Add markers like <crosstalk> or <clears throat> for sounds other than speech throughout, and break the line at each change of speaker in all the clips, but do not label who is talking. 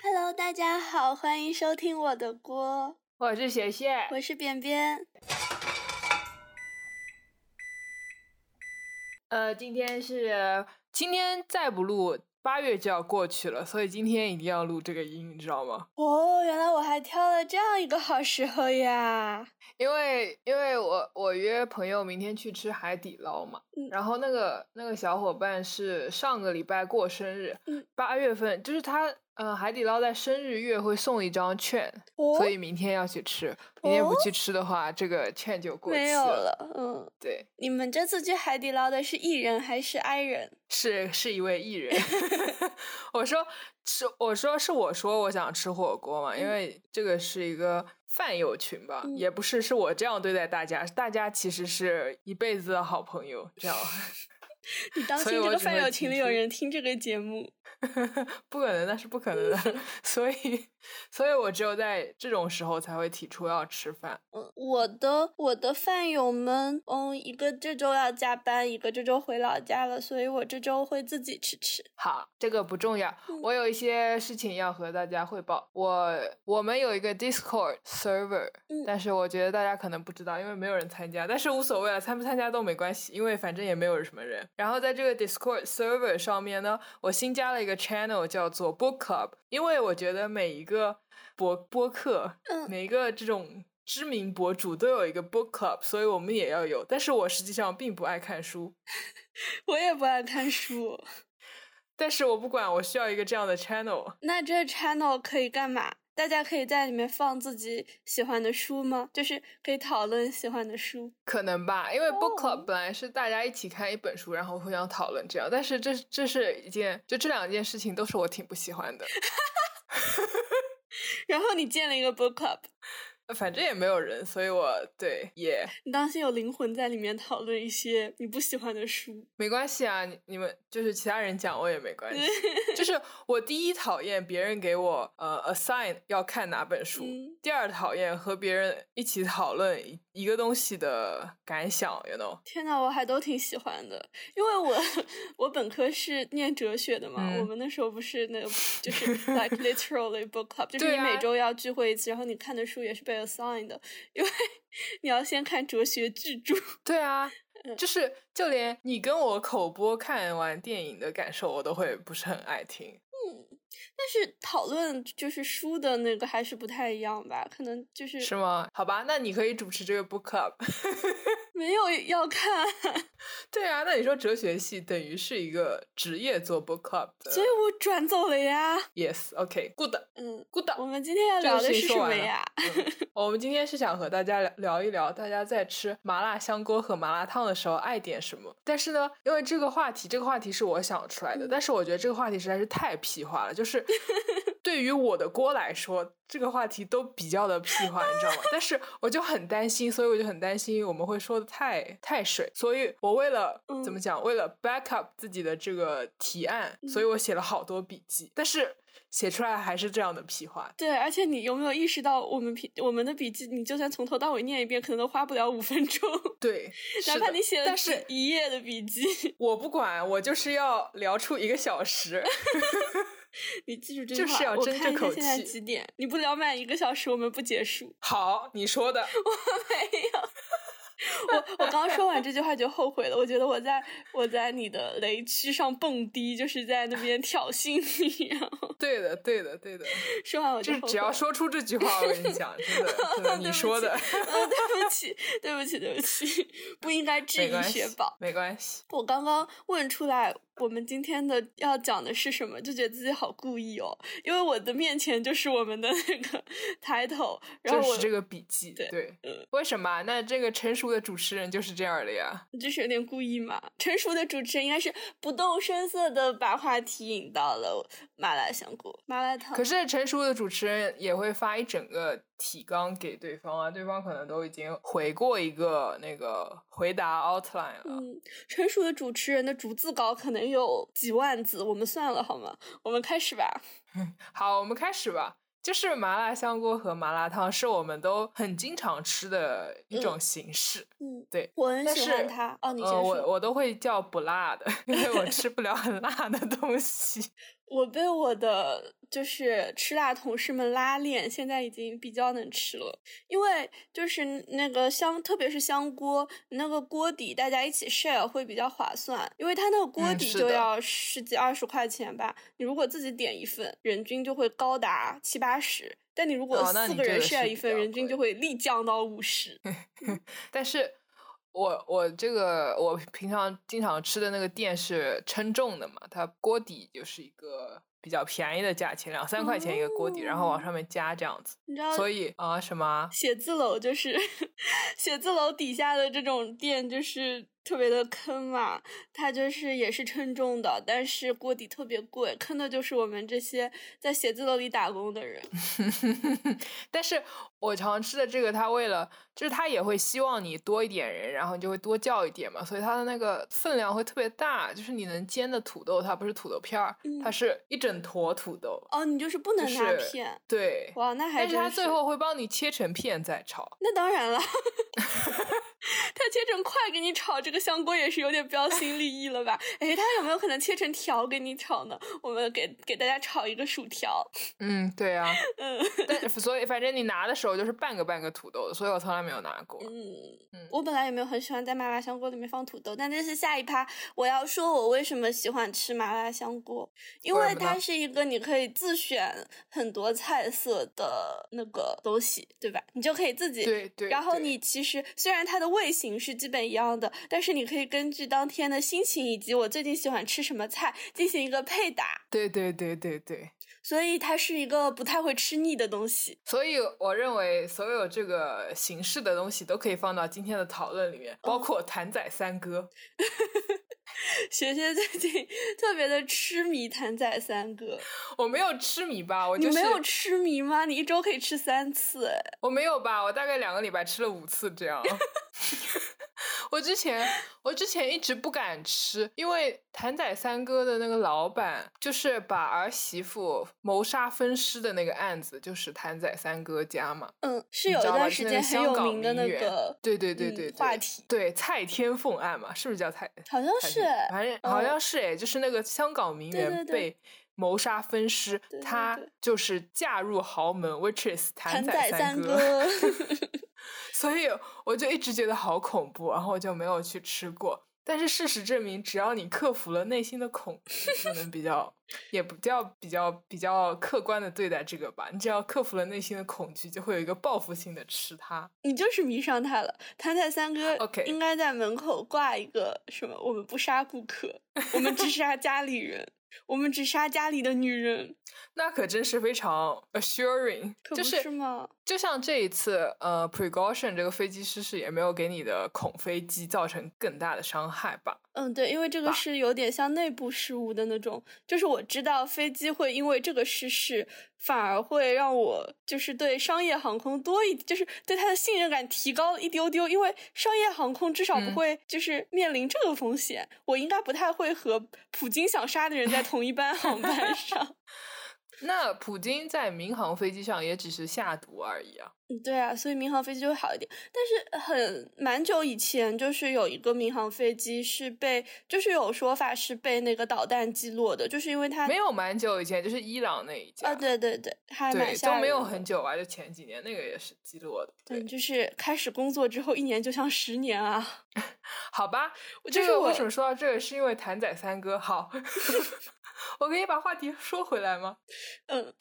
Hello，大家好，欢迎收听我的锅，
我是雪雪，
我是便便。
呃，今天是今天再不录，八月就要过去了，所以今天一定要录这个音，你知道吗？
哦，原来我还挑了这样一个好时候呀！
因为因为我我约朋友明天去吃海底捞嘛，
嗯
然后那个那个小伙伴是上个礼拜过生日
嗯，
八、月份就是他，呃，海底捞在生日月会送一张券，
哦，
所以明天要去吃，明天不
哦
去吃的话，这个券就过期
没有了。嗯，
对，
你们这次去海底捞的是艺人还是 I 人？
是是一位艺人， <laughs> 我说是我说是我说我想吃火锅嘛，因
嗯
为这个是一个饭友群吧，
嗯
也不是是我这样对待大家，大家其实是一辈子的好朋友，这样 <laughs>
你当心
所以
这
我
个
只
饭
会
友
提
群里有
出
人听这个节目。
不可能，那是不可能
嗯
的， <laughs> 所以所以我只有在这种时候才会提出要吃饭，
嗯，我的我的饭友们，嗯，一个这周要加班，一个这周回老家了，所以我这周会自己吃吃。
好，这个不重要
嗯。
我有一些事情要和大家汇报。我我们有一个 Discord server，、
嗯
但是我觉得大家可能不知道，因为没有人参加，但是无所谓了，参不参加都没关系，因为反正也没有什么人。然后在这个 Discord server 上面呢，我新加了一个 channel 叫做 Book Club，因为我觉得每一个博播客，
嗯
每一个这种。知名博主都有一个 book club，所以我们也要有。但是我实际上并不爱看书，
我也不爱看书，
但是我不管，我需要一个这样的 channel。
那这 channel 可以干嘛？大家可以在里面放自己喜欢的书吗？就是可以讨论喜欢的书。
可能吧，因为 book
哦
club 本来是大家一起看一本书，然后互相讨论这样。但是这这是一件，就这两件事情都是我挺不
<laughs>
喜欢的。
然后你建了一个 book club，
反正也没有人，所以我对也
你当心有灵魂在里面讨论一些你不喜欢的书。
没关系啊。你你们就是其他人讲我也没
<laughs>
关系。就是我第一讨厌别人给我呃 assign 要看哪本书，
嗯
第二讨厌和别人一起讨论一一个东西的感想，you know。
天呐，我还都挺喜欢的，因为我 <laughs> 我本科是念哲学的嘛，
嗯
我们那时候不是那个就是
<laughs>
like literally book club，就是
对
你
啊
每周要聚会一次，然后你看的书也是被 assign 的，因为 <laughs> 你要先看哲学巨著。
对啊
嗯，
就是就连你跟我口播看完电影的感受，我都会不是很爱听。
但是讨论就是书的那个还是不太一样吧，可能就是
是吗？好吧，那你可以主持这个 book club。 <laughs>
没有要看， <laughs>
对啊，那你说哲学系等于是一个职业做 book club 的。
所以我转走了呀。
Yes，OK，good，good、
嗯，
good
我们今天要
这个
聊的
事情
是什
说完
么
了
呀？
嗯我们今天是想和大家聊聊一聊，大家在吃麻辣香锅和麻辣烫的时候爱点什么。但是呢，因为这个话题，这个话题是我想出来的，
嗯
但是我觉得这个话题实在是太屁话了，就是对于我的锅来说，这个话题都比较的屁话，你知道吗？但是我就很担心，所以我就很担心我们会说的太太水，所以我为了、
嗯
怎么讲，为了 back up 自己的这个提案，所以我写了好多笔记，但是写出来还是这样的屁话，
对，而且你有没有意识到，我们笔我们的笔记，你就算从头到尾念一遍，可能都花不了五分钟，
对，
哪
是
怕
的
你写了
但
几
是
一页的笔记， <laughs>
我不管，我就是要聊出一个小时。
你记住这句
就
话。
是要
我
争
看
这
一下
口
现在
气
几点？你不聊满一个小时，我们不结束。
好，你
<laughs>
说的，
没有。我我刚说完这句话就后悔了，我觉得我在我在你的雷区上蹦迪，就是在那边挑衅你，然后
对的，对的，对的，
说完我
就
就是后
只要
悔
说出这句话，我跟你讲，真的，真
<laughs>
的，
对不
你说的，
了嗯，对不起，对不起，对不起，不应该质
<laughs> 没
疑
关系
雪宝，。
没关系。
我刚刚问出来我们今天的要讲的是什么，就觉得自己好故意哦，因为我的面前就是我们的那个 <laughs> title，然
就
后我
是这个笔记，
对
对
嗯，
为什么？那这个成熟的主持人就是这样的呀。
就是有点故意嘛。成熟的主持人应该是不动声色的把话题引到了麻辣香锅、麻辣烫。
可是成熟的主持人也会发一整个提纲给对方啊，对方可能都已经回过一个那个回答 outline 了。
嗯，成熟的主持人的逐字稿可能有几万字，我们算了好吗？我们开始吧。
好，我们开始吧。就是麻辣香锅和麻辣烫是我们都很经常吃的一种形式。
嗯，
对，
我很
但
喜
是
欢他。哦，你先
呃，
说。
我我都会叫不辣的，因为我吃不了很辣的东西。
我被我的就是吃辣同事们拉练，现在已经比较能吃了，因为就是那个香，特别是香锅，那个锅底大家一起 share 会比较划算，因为它那个锅
嗯
底
是
就
的
要十几二十块钱吧，你如果自己点一份，人均就会高达七八十。但你如果
哦那
四
你
个
这
人
个是
share
比
一份，
较
人均就会立降到五十。
但是我我这个我平常经常吃的那个店是称重的嘛，它锅底就是一个比较便宜的价钱，两三块钱一个锅底，然后
哦
往上面加这样子。
你知
<laughs>
道
所以啊、什么？
写字楼就是 <laughs> 写字楼底下的这种店，就是特别的坑嘛。它就是也是称重的，但是锅底特别贵，坑的就是我们这些在写字楼里打工的人。
但是我常吃的这个，它为了就是它也会希望你多一点人，然后你就会多叫一点嘛，所以它的那个分量会特别大。就是你能煎的土豆，它不是土豆片儿，它
嗯
是一整坨土豆。
哦，你就是不能
就
拿
是
片。
对，
哇，那还
但
真
是它最后会帮你切成片再炒。
那当
<laughs>
然了，他切成块给你炒，这个香锅也是有点标新立异了吧？哎，他有没有可能切成条给你炒呢？我们给给大家炒一个薯条。
嗯，对啊，
<laughs> 嗯。 <laughs>
但所以反正你拿的时候就是半个半个土豆，所以我从来没有拿过。
嗯
嗯，
我本来也没有很喜欢在麻辣香锅里面放土豆，但这是下一趴我要说我为什么喜欢吃麻辣香锅，因
为
为
什么呢
它是一个你可以自选很多菜色的那个东西，对吧？你就可以自己。
对对，
然后
对
你其实虽然它的味型是基本一样的，但是你可以根据当天的心情以及我最近喜欢吃什么菜进行一个配搭，
对对对对对，
所以它是一个不太会吃腻的东西。
所以我认为所有这个形式的东西都可以放到今天的讨论里面，
哦
包括谭仔三哥。
学学最近特别的痴迷谭仔三哥，
我没有吃米吧，我
你
就
没
是
有痴迷吗？你一周可以吃三次，哎，
我没有吧，我大概两个礼拜吃了五次这样。 <laughs> 我之前我之前一直不敢吃，因为谭仔三哥的那个老板就是把儿媳妇谋杀分尸的那个案子，就是谭仔三哥家嘛。
嗯，是
你
有一
知道吧
段
就
时
是
间很有
香港
名的那
媛
个，
对对对
嗯
对对
话题
对蔡天凤案嘛，是不是叫蔡？
好像
蔡
是
天凤反正好
嗯
像是哎，就是那个香港名
对对
媛
对
被谋杀分尸
对，对
她
对
就是嫁入豪门，waitress 谭
谭
仔
仔三
哥，
哥，
<laughs> 所以我就一直觉得好恐怖，然后我就没有去吃过。但是事实证明，只要你克服了内心的恐惧，就能比较，也不叫比较比较客观的对待这个吧。你只要克服了内心的恐惧，就会有一个报复性的吃它。
你就是迷上他了。谭仔三哥
OK
应该在门口挂一个什么？我们不杀顾客，我们只杀家里人，我们只杀家里的女人，
那可真是非常 assuring，
可
就
不
是
是吗？
就像这一次，呃，precaution 这个飞机失事也没有给你的孔飞机造成更大的伤害吧？
嗯，对，因为这个
吧
是有点像内部事务的那种，就是我知道飞机会因为这个失事，反而会让我就是对商业航空多一，就是对它的信任感提高一丢丢，因为商业航空至少不
嗯
会就是面临这个风险，我应该不太会和普京想杀的人在同一
<laughs>
班航班上。
那普京在民航飞机上也只是下毒而已啊。
嗯对啊，所以民航飞机就会好一点。但是很蛮久以前，就是有一个民航飞机是被，就是有说法是被那个导弹击落的，就是因为它
没有蛮久以前，就是伊朗那一家，
啊，对对对，还蛮
对，
吓
都
人
没有
的
很。久吧，就前几年那个也是击落的。
对，
对，
就是开始工作之后，一年就像十年啊！
好吧，
就
这
是
个
我
为什么说到这个，是因为谭仔三哥好。
<laughs>
我可以把话题说回来吗？
嗯，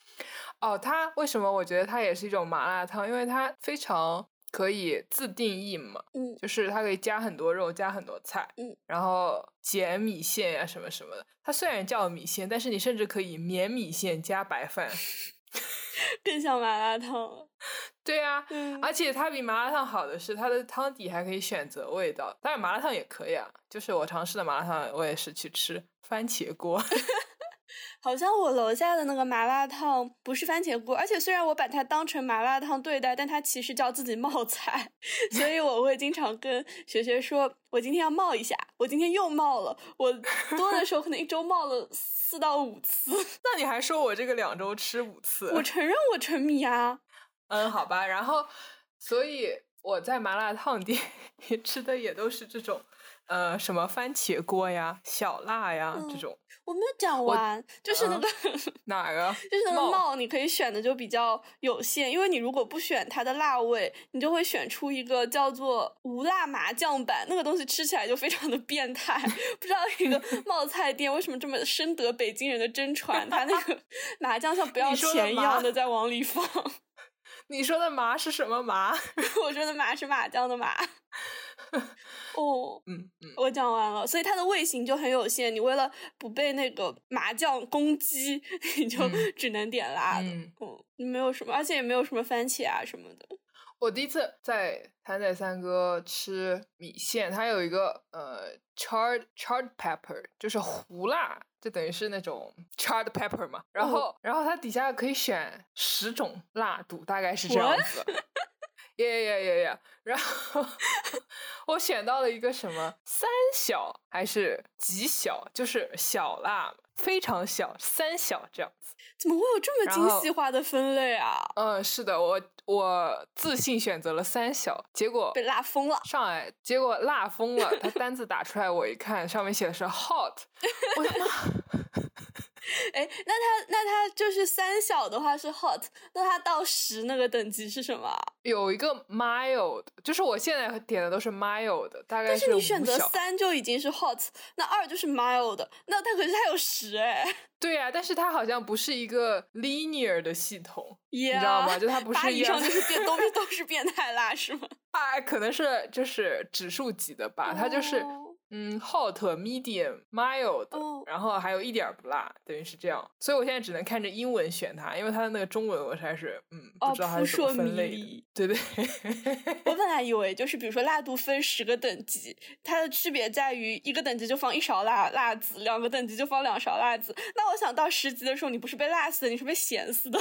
哦，它为什么我觉得它也是一种麻辣烫？因为它非常可以自定义嘛，
嗯
就是它可以加很多肉，加很多菜，
嗯，
然后碱米线呀、什么什么的。它虽然叫米线，但是你甚至可以绵米线加白饭。
<laughs> 更像麻辣烫了。
对啊，
嗯，
而且它比麻辣烫好的是，它的汤底还可以选择味道。当然，麻辣烫也可以啊，就是我尝试的麻辣烫，我也是去吃番茄锅。 <laughs>
好像我楼下的那个麻辣烫不是番茄锅，而且虽然我把它当成麻辣烫对待，但它其实叫自己冒菜， <laughs> 所以我会经常跟学学说，我今天要冒一下，我今天又冒了，我多的时候可能一周冒了四到五次。 <laughs>
那你还说我这个两周吃五次？
我承认我沉迷啊，
嗯，好吧，然后，所以我在麻辣烫店也吃的也都是这种呃什么番茄锅呀、小辣呀、
嗯
这种。
我没有讲完，就是
嗯
那个、
哪个？
就是那个
帽
帽，你可以选的就比较有限，因为你如果不选它的辣味，你就会选出一个叫做无辣麻酱版，那个东西吃起来就非常的变态。 <laughs> 不知道一
<laughs>
个冒菜店为什么这么深得北京人的真传，它
<laughs>
那个麻酱像不要
你说的
钱一
麻
样的在往里放。 <laughs>
你说的麻是什么麻？
我说的麻是麻酱的
<laughs>
麻。哦，
嗯嗯，
我讲完了，所以它的味型就很有限。你为了不被那个麻酱攻击，你就
嗯
只能点辣的。
嗯
嗯，没有什么，而且也没有什么番茄啊什么的。
我第一次在谭仔三哥吃米线，它有一个呃 charred charred pepper，就是胡辣，就等于是那种 charred pepper 嘛。然后、然后它底下可以选十种辣度，大概是这样
What？
子。 <laughs> 耶耶耶耶！ <laughs> 然后我选到了一个什么三小还是几小，就是小辣，非常小，三小这样子。
怎么会有这么
然
精
后
细化的分类啊？
嗯，是的，我我自信选择了三小，结果
被辣疯了。
上来，结果辣疯了。他单子打出来，我一看上面写的是 hot，我他妈
哎，那它那它就是三小的话是 hot，那它到十那个等级是什么啊？
有一个 mild，就是我现在点的都是 mild，的大概
但是
五
你选择
小。
三就已经是 hot，那二就是 mild，那它可是它有十哎，
对呀、但是它好像不是一个 linear 的系统，
你
你知道吗？就它不
八
是一
以上
样
就是变都是都是变态辣是
<laughs>
吗？
啊，可能是就是指数级的吧，啊它就是
哦
嗯 hot、medium、mild，、
哦
然后还有一点儿不辣，等于是这样。所以我现在只能看着英文选它，因为它的那个中文我实在是嗯
哦
不知道它是怎么
扑朔迷
分类的。
离
对对，
我本来以为就是，比如说辣度分十个等级，它的区别在于一个等级就放一勺辣辣子，两个等级就放两勺辣子。那我想到十级的时候，你不是被辣死的，你是被咸死的。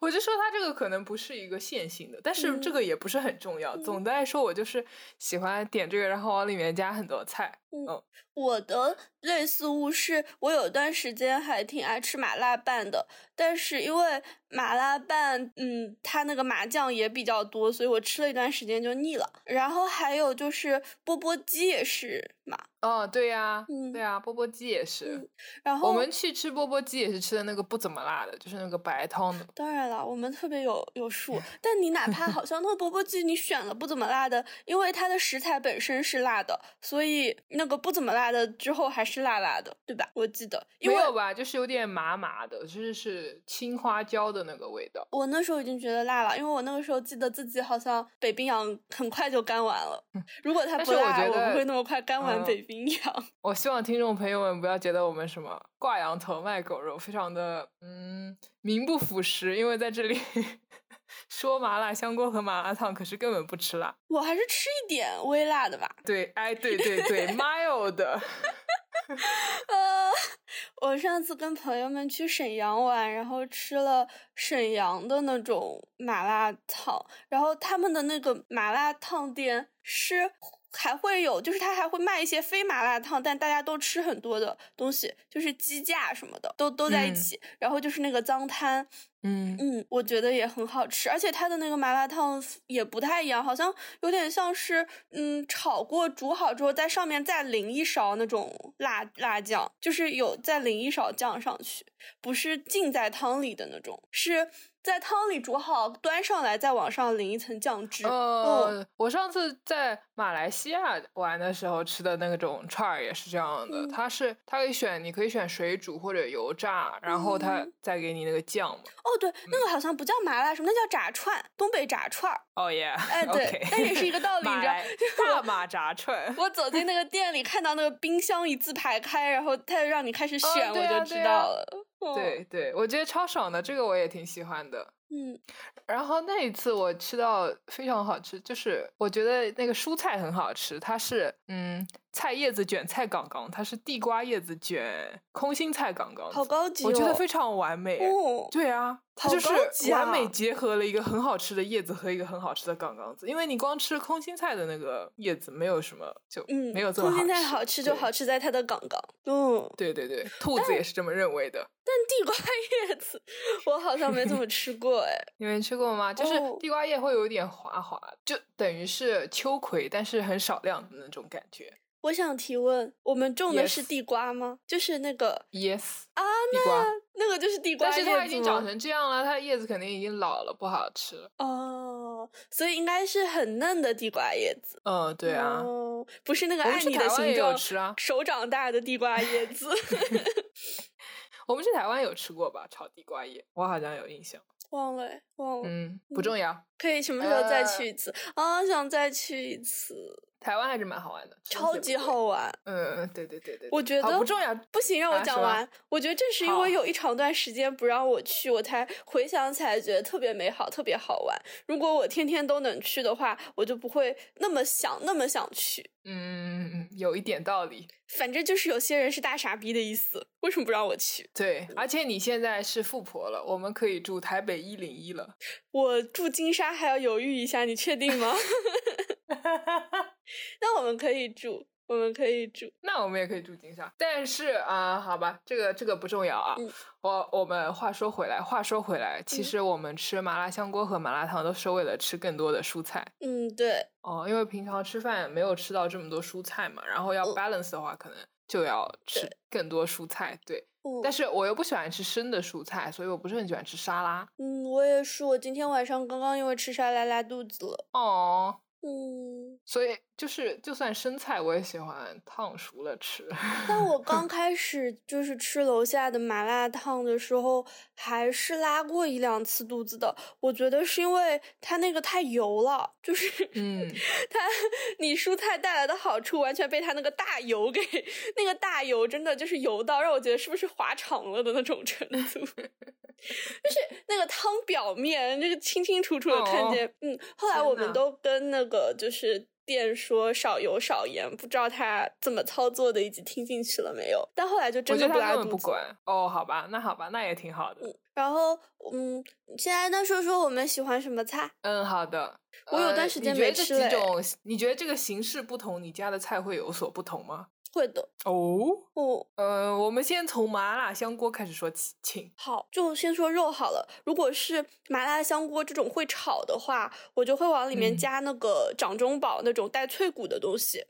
我就说它这个可能不是一个线性的，但是这
嗯
个也不是很重要。总的来说，我就是喜欢点这个，然后往里面加很多菜。
<laughs> 我的类似物是，我有段时间还挺爱吃麻辣拌的，但是因为麻辣拌，嗯，它那个麻酱也比较多，所以我吃了一段时间就腻了。然后还有就是钵钵鸡也是嘛，
哦，对呀、
嗯
对呀、钵钵鸡也是。
嗯然后
我们去吃钵钵鸡也是吃的那个不怎么辣的，就是那个白汤的。
当然了，我们特别有有数，但你哪怕好像那个钵钵鸡，你选了不怎么辣的，因为它的食材本身是辣的，所以那个不怎么辣的之后还是辣辣的，对吧？我记得，因
没
为
有吧，就是有点麻麻的，就是是青花椒的那个味道。
我那时候已经觉得辣了，因为我那个时候记得自己好像北冰洋很快就干完了，如果它
嗯但
不
是我
辣，
觉
我
得
不会那么快干完
嗯
北冰洋。 <laughs>
我希望听众朋友们不要觉得我们什么挂羊头卖狗肉，非常的嗯名不副实，因为在这里 <laughs> 说麻辣香锅和麻辣烫，可是根本不吃辣。
我还是吃一点微辣的吧，
对，哎，对对对，mild，
呃，我上次跟朋友们去沈阳玩，然后吃了沈阳的那种麻辣烫，然后他们的那个麻辣烫店是还会有，就是他还会卖一些非麻辣烫，但大家都吃很多的东西，就是鸡架什么的都都在一
嗯
起，然后就是那个脏摊，
嗯，
嗯，我觉得也很好吃，而且它的那个麻辣烫也不太一样，好像有点像是嗯炒过、煮好之后，在上面再淋一勺那种辣辣酱，就是有再淋一勺酱上去，不是浸在汤里的那种，是在汤里煮好，端上来再往上淋一层酱汁。哦
呃，我上次在马来西亚玩的时候吃的那种串儿也是这样的，
嗯
它是它可以选，你可以选水煮或者油炸，然后它
嗯
再给你那个酱嘛。
哦，对，那个好像不叫麻辣什么，那叫炸串，东北炸串儿。
哦耶，
哎，对
<laughs> OK
但也是一个道理，你
马
知道
来，大马炸串。
我走进那个店里，看到那个冰箱一字排开，然后他就让你开始选，
对啊
我就知
对啊
道了。哦，
对对，我觉得超爽的，这个我也挺喜欢的。
嗯，
然后那一次我吃到非常好吃，就是我觉得那个蔬菜很好吃，它是嗯菜叶子卷菜杠杠，它是地瓜叶子卷空心菜杠杠，
好高级、哦，
我觉得非常完美。
哦，
对啊，它
好
就
高级
是
啊
完美结合了一个很好吃的叶子和一个很好吃的杠杠子，因为你光吃空心菜的那个叶子没有什么，就
嗯，
没有这么
空心菜
好
好吃就
对
好吃在它的杠杠。嗯，
对对对，兔子也是这么认为的。
但地瓜叶子我好像没怎
<laughs>
么吃过哎。
你们吃过吗？就是
哦
地瓜叶会有一点滑滑，就等于是秋葵，但是很少量的那种感觉。
我想提问，我们种的是
Yes
地瓜吗就是那个
Yes
啊，
地瓜，
那个就是地瓜
但
叶
是
子
它已经长
吗
成这样了，它的叶子肯定已经老了，不好吃了。
哦，所以应该是很嫩的地瓜叶子。
嗯，对啊，
哦、不是那个
我们
爱
去
你
台
的
湾也
形
有
状，
吃啊
手掌大的地瓜叶子。
我们去台湾有吃过吧？炒地瓜叶，我好像有印象。
忘了哎，忘了，
嗯，不重要，
可以什么时候再
呃
去一次？啊，想再去一次，
台湾还是蛮好玩的，吃东
超
西也
级
不贵。
好玩。
嗯，对对对对，
我觉
好
得
不重要。
不行，让我
啊
讲
是吗
完。我觉得正是因
好
为有一长段时间不让我去，我才回想起来觉得特别美好，特别好玩。如果我天天都能去的话，我就不会那么想，那么想去。
嗯，有一点道理。
反正就是有些人是大傻逼的意思，为什么不让我去？
对，而且你现在是富婆了，我们可以住台北一零一了。
我住金沙还要犹豫一下，你确定
<laughs>
吗？ <laughs> 那我们可以住，我们可以住。
那我们也可以住金沙，但是啊、好吧，这个这个不重要啊。
嗯
我我们话说回来，话说回来，其
嗯
实我们吃麻辣香锅和麻辣烫都是为了吃更多的蔬菜
嗯，对，
哦，因为平常吃饭没有吃到这么多蔬菜嘛，然后要
嗯
balance 的话，可能就要吃更多蔬菜。对，
嗯
但是我又不喜欢吃生的蔬菜，所以我不是很喜欢吃沙拉。
嗯，我也是，我今天晚上刚刚因为吃沙拉拉肚子了。
哦，
嗯，
所以就是就算生菜，我也喜欢烫熟了吃。 <laughs>
但我刚开始就是吃楼下的麻辣烫的时候，还是拉过一两次肚子的。我觉得是因为它那个太油了，就是 <laughs>
嗯，
它你蔬菜带来的好处完全被它那个大油给那个大油真的就是油到让我觉得是不是滑肠了的那种
<laughs>
程度，就是那个汤表面这个清清楚楚的看见。嗯，后来
哦天
我
呐
们都跟那个就是店说少油少盐，不知道他怎么操作的，以及听进去了没有。但后来就
我
真
觉
的
得
不
他
拉
根
肚
本
子。
不管。哦，好吧，那好吧，那也挺好的。
然后，嗯，现在那说说我们喜欢什么菜？
嗯，好的。
我有
呃
段时间没吃
你觉得
嘞
这几种，你觉得这个形式不同，你家的菜会有所不同吗？
会的，
哦，
嗯，
呃，我们先从麻辣香锅开始说起，请。
好，就先说肉好了。如果是麻辣香锅这种会炒的话，我就会往里面
嗯
加那个掌中宝那种带脆骨的东西。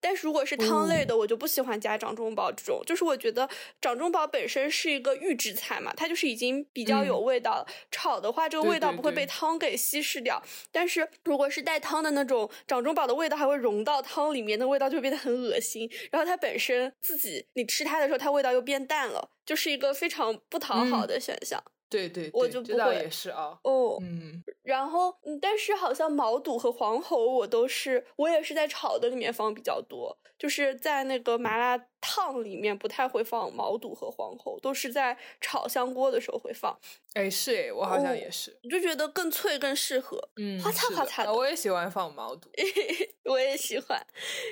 但是如果是汤类
哦
的，我就不喜欢加掌中宝这种，就是我觉得掌中宝本身是一个预制菜嘛，它就是已经比较有
嗯
味道了。炒的话，这个
对
味道
对
不会
对
被汤给稀释掉。但是如果是带汤的那种，掌中宝的味道还会融到汤里面，那味道就会变得很恶心。然后它本身自己你吃它的时候，它味道又变淡了，就是一个非常不讨好
嗯
的选项。
对对对，
我就
这
不
倒
会
也是啊、
哦，
嗯，
然后嗯但是好像毛肚和黄喉我都是，我也是在炒的里面放比较多，就是在那个麻辣烫里面不太会放毛肚和黄喉，都是在炒香锅的时候会放，
哎，是哎，我好像
哦
也是。
我就觉得更脆更适合。
嗯，
花菜
是
花
的
菜
呃
的
我也喜欢放
<laughs>
毛肚。
我也喜欢。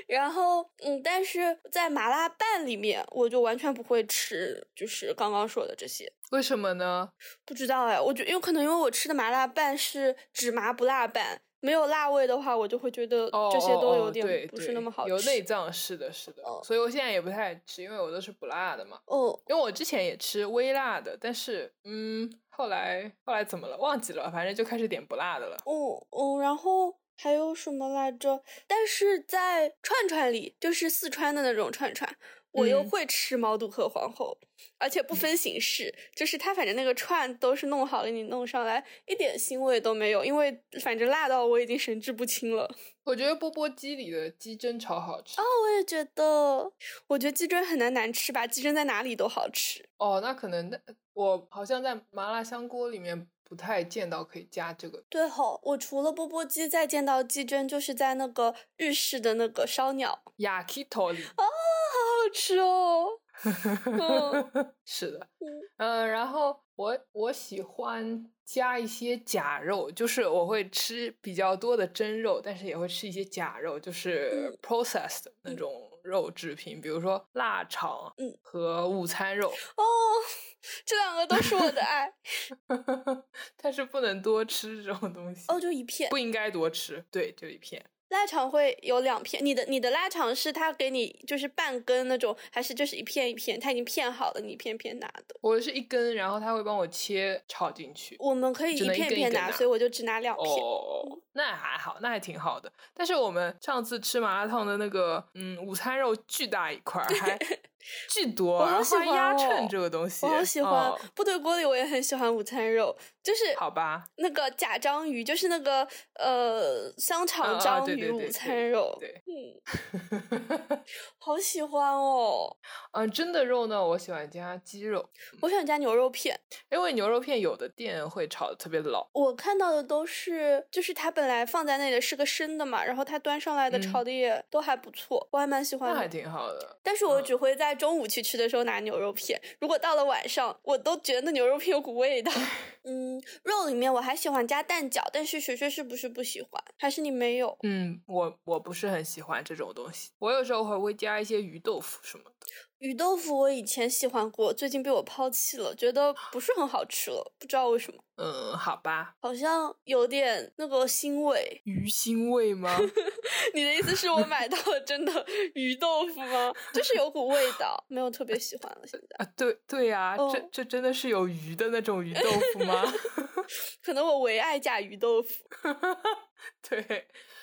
然后，嗯，但是在麻辣拌里面，我就完全不会吃，就是刚刚说的这些。
为什么呢？
不知道哎，我觉因为可能因为我吃的麻辣拌是只麻不辣拌，没有辣味的话，我就会觉得
哦，
这些
哦
都
哦
有
对
点不是
对
那么好
有内
吃。
脏，是的，是的。
哦
所以我现在也不太吃，因为我都是不辣的嘛。
哦，
因为我之前也吃微辣的，但是嗯，后来后来怎么了？忘记了，反正就开始点不辣的了。
哦哦，然后还有什么来着？但是在串串里，就是四川的那种串串，我又
嗯
会吃毛肚和黄喉，而且不分形式，就是它反正那个串都是弄好给你弄上来，一点腥味都没有，因为反正辣到我已经神志不清了。
我觉得波波鸡里的鸡胗炒好吃哦
我也觉得，我觉得鸡胗很难难吃吧，鸡胗在哪里都好吃。
哦那可能那我好像在麻辣香锅里面不太见到可以加这个。
对吼、我除了钵钵鸡，再见到鸡胗就是在那个日式的那个烧鸟， <laughs>
雅 k i t o 里
好好吃哦。嗯
是的，
嗯
嗯，然后我我喜欢加一些假肉，就是我会吃比较多的真肉，但是也会吃一些假肉，就是
嗯
processed 那
嗯
种肉制品，比如说腊肠
嗯
和午餐肉，
哦，这两个都是我
<laughs>
的爱。
但是不能多吃这种东西，
哦，就一片
不应该多吃，对，就一片。
腊肠会有两片，你的你的腊肠是它给你就是半根那种，还是就是一片一片？它已经片好了，你一片片拿的。
我是一根，然后他会帮我切炒进去。
我嗯们可以
只
一
能一
片
根一
片
根
拿，
拿
所以我就只拿两片。
哦，那还好，那还挺好的。但是我们上次吃麻辣烫的那个，嗯，午餐肉巨大一块儿，
<laughs>
还巨多，
我
然
好
后
喜
还压
欢
秤
哦
这个东西，
我好喜欢、
哦
部队锅里，我也很喜欢午餐肉，就是
好吧，
那个假章鱼，就是那个呃香
啊
肠
啊
章
对
鱼
对对
午
对
餐肉，嗯
对，
<laughs>
<laughs>
好喜欢哦！
嗯，真的肉呢，我喜欢加鸡肉，
我想加牛肉片，
因为牛肉片有的店会炒的特别老，
我看到的都是，就是它本来放在那里是个生的嘛，然后它端上来的
嗯
炒的也都还不错，我还蛮喜
那
欢
还
的。
挺好的。
但是我
嗯
只会在中午去吃的时候拿牛肉片，如果到了晚上，我都觉得那牛肉片有股味
<laughs>
道。嗯，肉里面我还喜欢加蛋饺，但是学学是不是不喜欢？还是你没有？
嗯，我我不是很喜欢这种东西，我有时候还会加一些鱼豆腐什么的。
鱼豆腐我以前喜欢过，最近被我抛弃了，觉得不是很好吃了，不知道为什么，
嗯，好吧，
好像有点那个腥味。
鱼腥味吗？
你的意思是我买到了真的鱼豆腐吗？就是有股味道，没有特别喜欢了。现在
啊，对对呀、这
哦
这真的是有鱼的那种鱼豆腐吗？ <laughs>
可能我唯爱甲鱼豆腐。 <laughs>
对，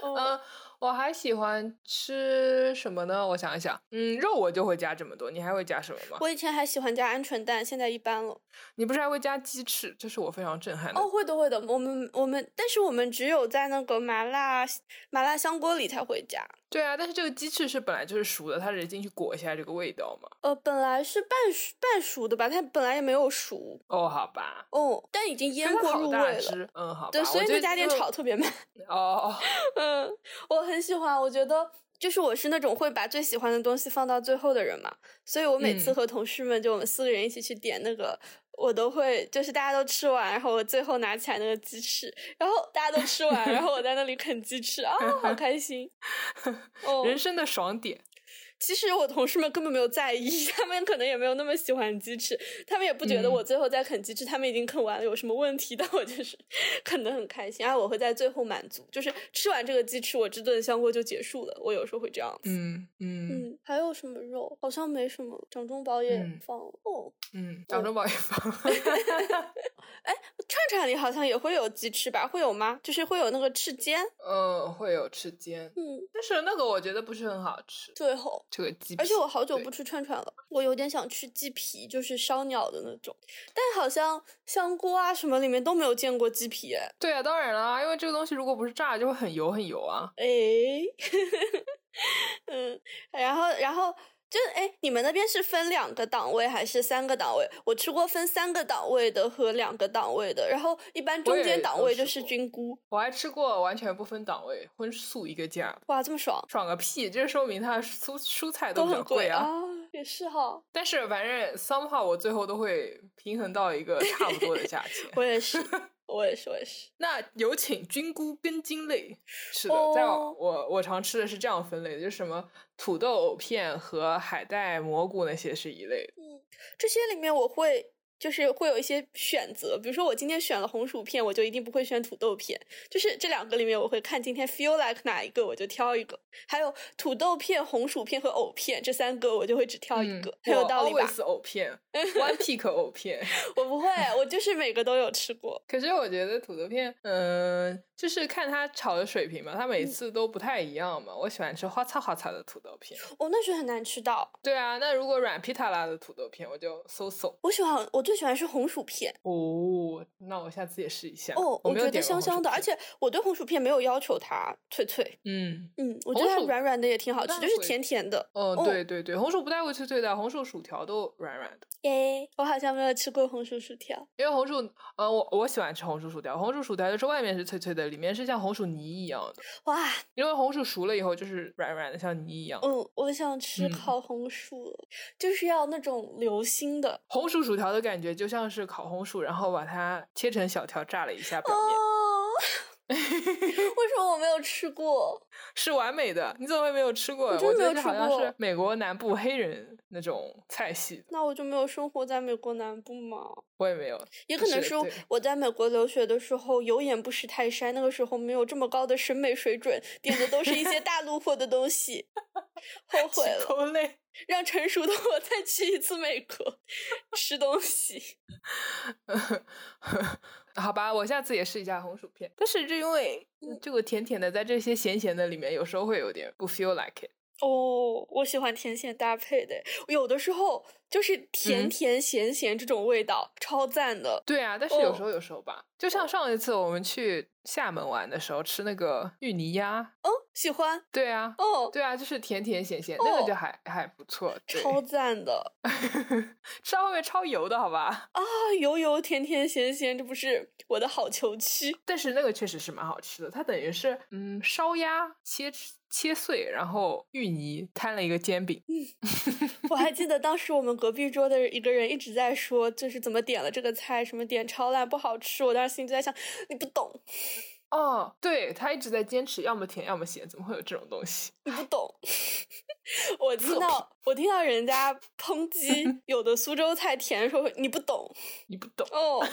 哦，
嗯，我还喜欢吃什么呢？我想一想，嗯，肉我就会加这么多，你还会加什么吗？
我以前还喜欢加鹌鹑蛋，现在一般了。
你不是还会加鸡翅？这是我非常震撼的。
哦，会的会的，我们我们，但是我们只有在那个麻辣麻辣香锅里才会加。
对啊，但是这个鸡翅是本来就是熟的，它只是进去裹一下这个味道嘛。
呃，本来是半熟半熟的吧，它本来也没有熟，
哦，好吧，
哦，但已经腌
真的
过
好
入味
大
了。
只，嗯，好吧，
对，所以
我觉
那
得
家店
这个
炒特别慢。
哦，
<laughs> 嗯，我很喜欢，我觉得就是我是那种会把最喜欢的东西放到最后的人嘛，所以我每次
嗯
和同事们就我们四个人一起去点那个，我都会就是大家都吃完，然后我最后拿起来那个鸡翅，然后大家都吃完，然后我在那里啃鸡翅啊，好开
<laughs>
心。哦，
人生的爽点，
其实我同事们根本没有在意， <laughs> 他们可能也没有那么喜欢鸡翅，他们也不觉得
嗯
我最后在啃鸡翅，他们已经啃完了有什么问题，但 <laughs> 我就是啃得很开心，然啊后我会在最后满足，就是吃完这个鸡翅，我这顿香锅就结束了。我有时候会这样子。
嗯嗯
嗯，还有什么肉？好像没什么了。掌中宝也
嗯
放了、哦，
嗯，掌中宝也放，
串串里好像也会有鸡翅吧？会有吗？就是会有那个翅尖。
<laughs> 嗯，会有翅尖，
嗯，
但是那个我觉得不是很好吃，
最后。
这个鸡皮，
而且我好久
对
不吃串串了，我有点想吃鸡皮，就是烧鸟的那种。但好像香锅啊什么里面都没有见过鸡皮哎。
对啊，当然啦，因为这个东西如果不是炸，就会很油很油啊。
诶 <laughs> 嗯，然后然后就哎，你们那边是分两个档位还是三个档位？我吃过分三个档位的和两个档位的，然后一般中
也
间档
有
位
吃
就是
过
菌菇。
我还吃过完全不分档位，荤素一个价，
哇，这么爽，
爽个屁！这说明它的蔬蔬菜
都
比较
很贵
啊。
也是哈。
但是反正 somehow 我最后都会平衡到
<laughs>
一个差不多的价钱。
我也
<laughs>
是，我也是，我也是。
那有请菌菇根茎类，是的，在
哦
我我我常吃的是这样分类的，就是什么土豆藕片和海带、蘑菇那些是一类的。
这些里面我会就是会有一些选择，比如说我今天选了红薯片，我就一定不会选土豆片。就是这两个里面，我会看今天 feel like 哪一个，我就挑一个。还有土豆片、红薯片和藕片这三个，我就会只挑哦一个，很有道理吧？
是嗯藕
<laughs>
片，one pick 藕片。
我不会，我就是每个都有吃过。
可是我觉得土豆片，嗯、就是看它炒的水平嘛，它
嗯
每次都不太一样嘛。我喜欢吃花擦花擦的土豆片。
我、那时候很难吃到，
对啊，那如果软皮塔拉的土豆片，我就 so so。
我喜欢我最喜欢是红薯片
哦，那我下次也试一下。
哦，
我
我
没
觉
有
得
点过
香香的，
红
而
薯片
且我对红薯片没有要求它脆脆，
嗯，
嗯，我觉得
红
它
薯
软软的也挺好吃，
那
就是
会
甜甜的。
哦，
哦
对对对，红薯不太会脆脆的，红薯薯条都软软的。
耶，我好像没有吃过红薯薯条。
因为红薯，呃，我我喜欢吃红薯薯条。红薯薯条就是外面是脆脆的，里面是像红薯泥一样的。
哇，
因为红薯熟了以后就是软软的，像泥一样。
嗯，我想吃
嗯
烤红薯了，就是要那种流心的
红薯薯条的感觉就像是烤红薯，然后把它切成小条，炸了一下表面，
哦。 <laughs> 为什么我没有吃过？
是完美的。你怎么会没有吃过？我
真的
觉
没有
得这好
吃
像
过
是美国南部黑人那种菜系，
那我就没有生活在美国南部嘛，
我也没有。
也可能
是
是
对
我在美国留学的时候有眼不识泰山，那个时候没有这么高的审美水准，点的都是一些大陆货的东西，后
<laughs>
悔
几
了。
口泪。
让成熟的我再去一次美国 <laughs> 吃东西。
好吧，我下次也试一下红薯片。但是这因为
嗯
这个甜甜的，在这些咸咸的里面，有时候会有点不 feel like it。
哦，我喜欢甜咸搭配的，有的时候就是甜
嗯
甜咸咸这种味道，超赞的。
对啊，但是有
哦
时候有时候吧，就像上一次我们去厦门玩的时候吃那个芋泥鸭，
嗯，喜欢。
对啊，
哦，
对啊，就是甜甜咸咸，那个就
哦
还还不错，对， <laughs>
超赞的
吃到后面超油的好吧？
啊！油油甜甜咸咸，这不是我的好球区。
但是那个确实是蛮好吃的，它等于是嗯烧鸭切切碎，然后芋泥摊了一个煎饼，
嗯我还记得当时我们隔壁桌的一个人一直在说，就是怎么点了这个菜，什么点超烂不好吃。我当时心里就在想，你不懂，
哦，对，他一直在坚持，要么甜，要么咸，怎么会有这种东西？ <laughs>
你不懂。我听到我听到人家抨
<laughs>
击有的苏州菜甜的时候，你不懂
你不懂
哦啊！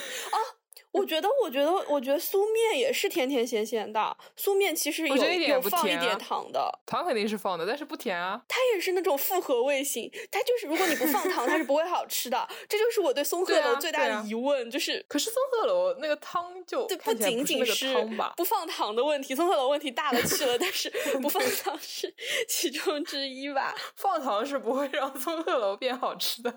我觉得，我觉得，我觉得苏面也是甜甜咸咸的。苏面其实有
我觉得一点也
有
不
放一
甜啊
点糖的，
糖肯定是放的，但是不甜啊。
它也是那种复合味型。它就是如果你不放糖，它是不会好吃的。这就是我对松鹤
对啊
楼最大
对
的
啊
疑问，就是
可是松鹤楼那个汤就
这不
看起来
仅仅
不是那个汤吧？
不放糖的问题，松鹤楼问题大了去了，但
<laughs>
是不放糖是其中之一吧？
放糖是不会让 <laughs> 松鹤楼变好吃的。
我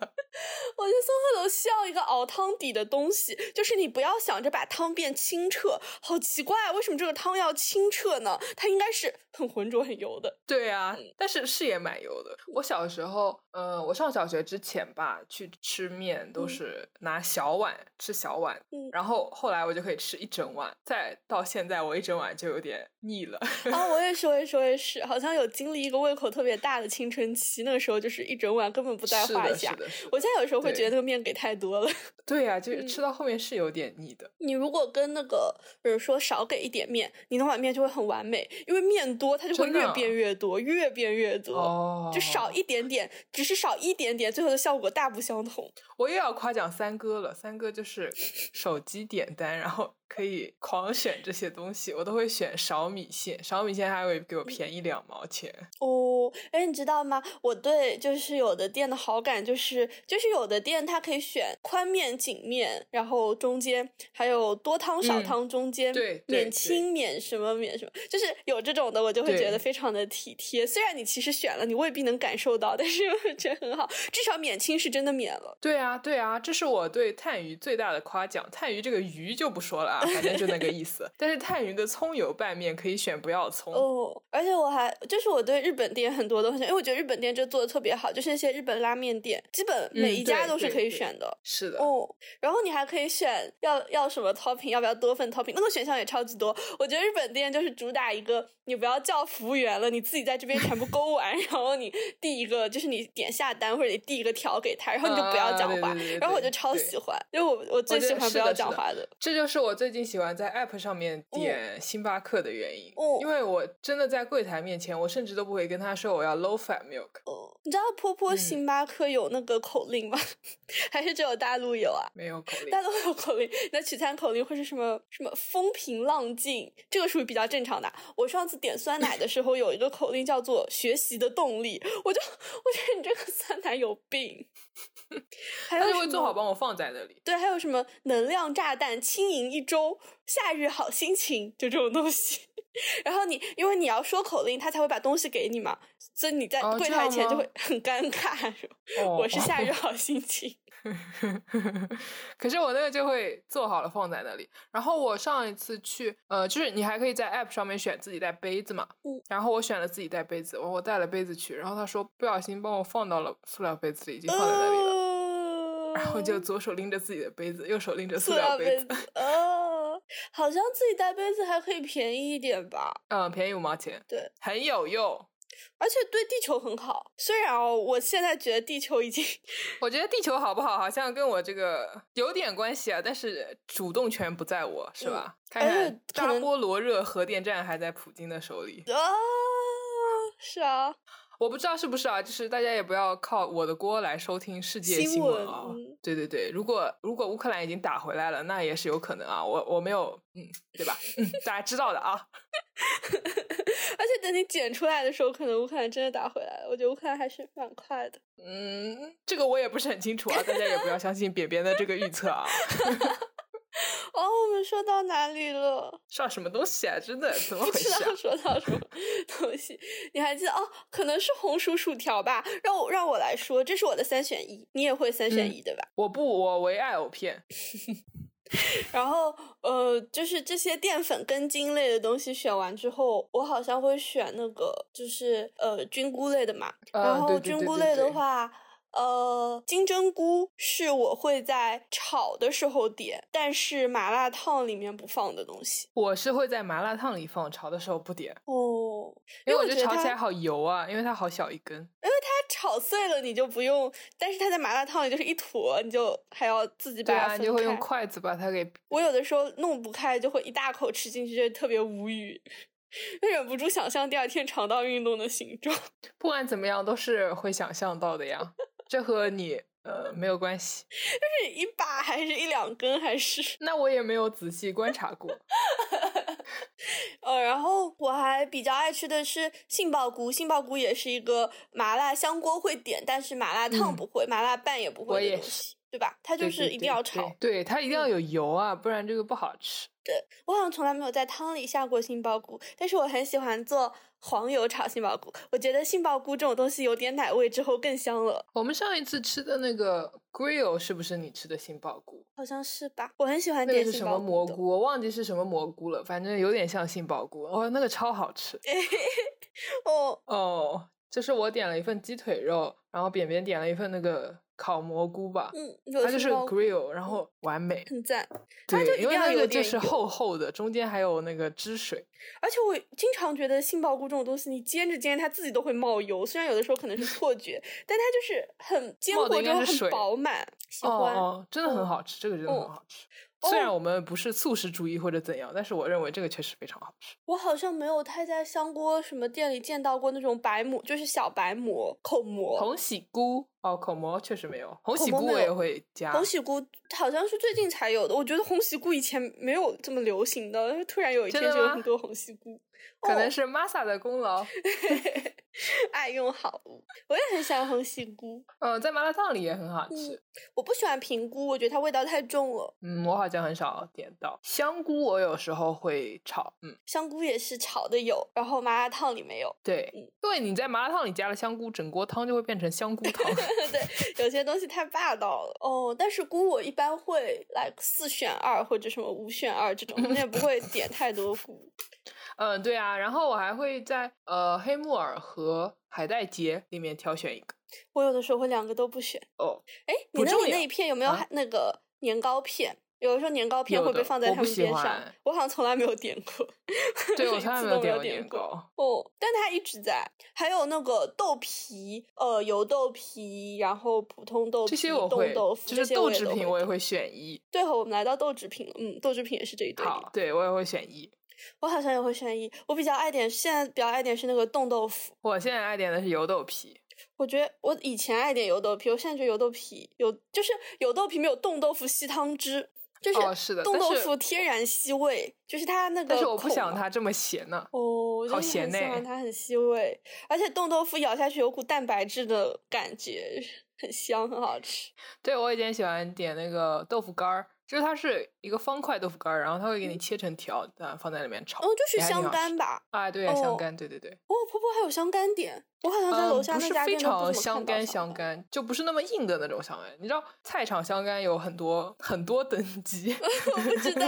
觉得松鹤楼需要一个熬汤底的东西，就是你不要想着把汤变清澈，好奇怪，啊为什么这个汤要清澈呢？它应该是很浑浊、很油的。
对啊，
嗯
但是是也蛮油的。我小时候，呃，我上小学之前吧，去吃面都
嗯
是拿小碗吃小碗，
嗯
然后后来我就可以吃一整碗，再到现在我一整碗就有点腻了。
啊，我也是，我也是，我也是，好像有经历一个胃口特别大的青春期，那个时候就是一整碗根本不在
是
话
的，
下
是。的，是的
我现在有时候会
对
觉得那个面给太多了。 <laughs>
对呀、就是
嗯
吃到后面是有点腻的。
你如果跟那个人说少给一点面，你那碗面就会很完美，因为面多它就会
真的
越
啊
变越多，越变越多。
哦，
就少一点点，只是少一点点，最后的效果大不相同。
我又要夸奖三哥了，三
<laughs>
哥就是手机点单，然后可以狂选这些东西，我都会选勺米线，勺米线还会
嗯
给我便宜两毛钱。
哦，哎，你知道吗？我对就是有的店的好感就是，就是有的店它可以选宽面、紧面，然后中间还有多汤、少
嗯
汤，中间、
对对
免
对
清、免什么免什么，就是有这种的，我就会觉
对
得非常的体贴。虽然你其实选了，你未必能感受到，但是我觉得很好，至少免清是真的免了。
对啊，对啊，这是我对炭鱼最大的夸奖。炭鱼这个鱼就不说了啊，反正就那个意思。 <laughs> 但是炭鱼的葱油拌面可以选不要葱。
哦，而且我还就是我对日本店很多东西，因为我觉得日本店这做的特别好，就是那些日本拉面店，基本每
嗯
一家
对
都是
对
可以
对
选的。
是的，
哦，然后你还可以选要要什么 topping，要不要多份 topping，那个选项也超级多。我觉得日本店就是主打一个，你不要叫服务员了，你自己在这边全部勾完， <laughs> 然后你递一个，就是你点下单或者你递一个条给他，然后你就不要
啊
讲
对
话。
对对
然后我
对
就超
对
喜欢，因为我我最
觉
喜
得
欢
是
不要
的是
讲
的
话的。
这就是我最近喜欢在 App 上面
嗯
点星巴克的原因，
哦
因为我真的在柜台面前，我甚至都不会跟他说我要 low fat milk。
哦，你知道坡坡
嗯
星巴克有那个口令吗？ <laughs> 还是只有大陆有啊？
没有口令
大。陆有口令，那取餐口令会是什么？什么风平浪静，这个属于比较正常的。啊我上次点酸奶的时候，有一个口令叫做“学习的动力”，我就我觉得你这个酸奶有病。还有
他
什
就
么
会做好帮我放在那
<laughs>
里。
对，还有什么能量炸弹，轻盈一周，夏日好心情，就这种东西。 <laughs> 然后你因为你要说口令，他才会把东西给你嘛，所以你在
哦
柜
这
台
样
前就
吗
会很尴尬。说
哦 <laughs>
我是夏日好心情，
可是我那个就会做好了放在那里。然后我上一次去，呃，就是你还可以在 App 上面选自己带杯子嘛。
嗯
然后我选了自己带杯子，我我带了杯子去，然后他说不小心帮我放到了塑料杯子里，已经放在那里
哦
了。
了
然后就左手拎着自己的杯子，右手拎着
<laughs> 塑
塑
料
料
杯
子，
子，哦，好像自己带杯子还可以便宜一点吧？
嗯，便宜五毛钱，
对，
很有用。
而且对地球很好。虽然哦，我现在觉得地球已经
我觉得地球好不好，好像跟我这个有点关系啊，但是主动权不在我，是吧？看
嗯而且
看
可能
扎波罗热核电站还在普京的手里，
啊，是啊，
我不知道是不是啊，就是大家也不要靠我的锅来收听世界
新
新
闻
闻啊、
嗯
对对对，如果如果乌克兰已经打回来了，那也是有可能啊。我我没有，嗯，对吧？嗯，大家知道的啊。 <laughs>
而且等你剪出来的时候，可能乌克兰真的打回来了。我觉得乌克兰还是蛮快的。
嗯，这个我也不是很清楚啊，大家也不要相信扁扁的这个预测啊。 <laughs>
哦，我们说到哪里了？
上什么东西啊？真的怎么
不
回
知
事啊
道？说到什么东西，你还记得哦？可能是红薯薯条吧。让我让我来说，这是我的三选一，你也会三选
嗯
一、对吧？
我不，我为爱藕片。
然后呃，就是这些淀粉根茎类的东西选完之后，我好像会选那个就是呃菌菇类的嘛。然
啊对
后
对对
菌菇
对
类的
对
话，呃，金针菇是我会在炒的时候点，但是麻辣烫里面不放的东西。
我是会在麻辣烫里放，炒的时候不点，
哦，因为
因为
我
我
觉
觉得
得
炒起
它
来好油啊，因为它好小一根。
它炒碎了你就不用，但是它在麻辣烫里就是一坨，你就还要自己把
对
它
啊，
分
你就会用
开
筷子把它给
我有的时候弄不开，就会一大口吃进去，就特别无语，就忍不住想象第二天肠道运动的形状。 <laughs>
不管怎么样都是会想象到的呀，这和你呃没有关系。
是一把还是一两根还是？
那我也没有仔细观察过，
呃，然后我还比较爱吃的是杏鲍菇，杏鲍菇也是一个麻辣香锅会点，但是麻辣烫
嗯
不会，麻辣拌也不
我
会的
也
东西，对吧？它就
对
是
对
一定
对
要
对
炒。嗯
对它一定要有油啊，不然这个不好吃。
我好像从来没有在汤里下过杏鲍菇，但是我很喜欢做黄油炒杏鲍菇。我觉得杏鲍菇这种东西有点奶味之后更香了，
我们上一次吃的那个 grill 是不是你吃的杏鲍菇？
好像是吧？我很喜欢
那
点
个
杏
是什
鲍
么
菇
蘑
的
菇？我忘记是什么蘑菇了，反正有点像杏鲍菇。哦，那个超好吃
哦，
哦！就是我点了一份鸡腿肉，然后扁扁点了一份那个烤蘑菇吧，
嗯，
它
有
就
杏
是
鲍菇，嗯
grill，然后完美。
很赞。它就
对，
一
因为
定要
那
有
个
点
就是
油
厚厚的，中间还有那个汁水。
而且我经常觉得杏鲍菇这种东西，你煎着煎着它自己都会冒油，虽然有的时候可
<laughs>
能是错觉，但它就是很煎
冒的
过
应
之
该
后
是
很
水
饱满，喜
哦
欢。
哦，真的
嗯
很好吃，这个真的
嗯
很好吃。虽然
哦
我们不是素食主义或者怎样，但是我认为这个确实非常好吃。
我好像没有太在香锅什么店里见到过那种白馍，就是小白馍、口馍。
红喜菇哦，口蘑确实没有，红喜
蘑
菇
没
我也
有
会加。
红喜菇好像是最近才有的，我觉得红喜菇以前没有这么流行的，但是突然有一
真
天
的
就有
吗
很多红喜菇，
可能
哦
是 Masa 的
<laughs>
功劳。
爱用好物。我也很喜欢红喜菇，
嗯，在麻辣烫里也很好吃
嗯。我不喜欢平菇，我觉得它味道太重了。
嗯，我好像很少点到香菇，我有时候会炒。嗯，
香菇也是炒的有，然后麻辣烫里没有。
对
嗯，
因为你在麻辣烫里加了香菇，整锅汤就会变成香菇汤。
对，有些东西太霸道了哦。但是菇我一般会来四选二或者什么五选二这种，我也不会点太多菇。
嗯，对啊，然后我还会在呃黑木耳和海带节里面挑选一个。
我有的时候会两个都不选。
哦，
哎，你
不
那
重
里那
要
一片有没有
啊
还那个年糕片？有的时候年糕片
有
会被
的
放在
我
他
不
们
喜
边上
欢，
我好像从来没有点过。<laughs>
对我
一
从来
次
没
都
点过
点
年糕。
哦，但它一直在。还有那个豆皮，呃，油豆皮，然后普通豆皮、
这些我
冻
会
豆，腐，
就是
这些
豆
也
制
都
品
会
我也会选一。
对和我们来到豆制品了，嗯，豆制品也是这一堆里。
好，对我也会选一。
我好像也会选一，我比较爱点，现在比较爱点是那个冻豆腐。
我现在爱点的是油豆皮，
我觉得我以前爱点油豆皮，我现在觉得油豆皮有就是油豆皮没有冻豆腐吸汤汁，就是
哦是的
冻
但
豆
是
腐天然吸味，就是它那个。
但是我不想。它这么咸呢。
哦，我就
好
是
咸
很喜
呢
欢它很吸味，而且冻豆腐咬下去有股蛋白质的感觉，很香，很好吃。
对我以前喜欢点那个豆腐干儿，就是它是一个方块豆腐干儿，然后它会给你切成条，嗯、放在里面炒。
哦，就是香
干
干吧？
啊，对啊，香干，对对对。
哦，婆婆还有香干点，我好像在楼下
嗯、
那
不是
家
非
店都
常
怎么
香
看到
干香干，就不是那么硬的那种香干。你知道菜场香干有很多很多等
<laughs>
级
<laughs> 我不
<laughs>
知道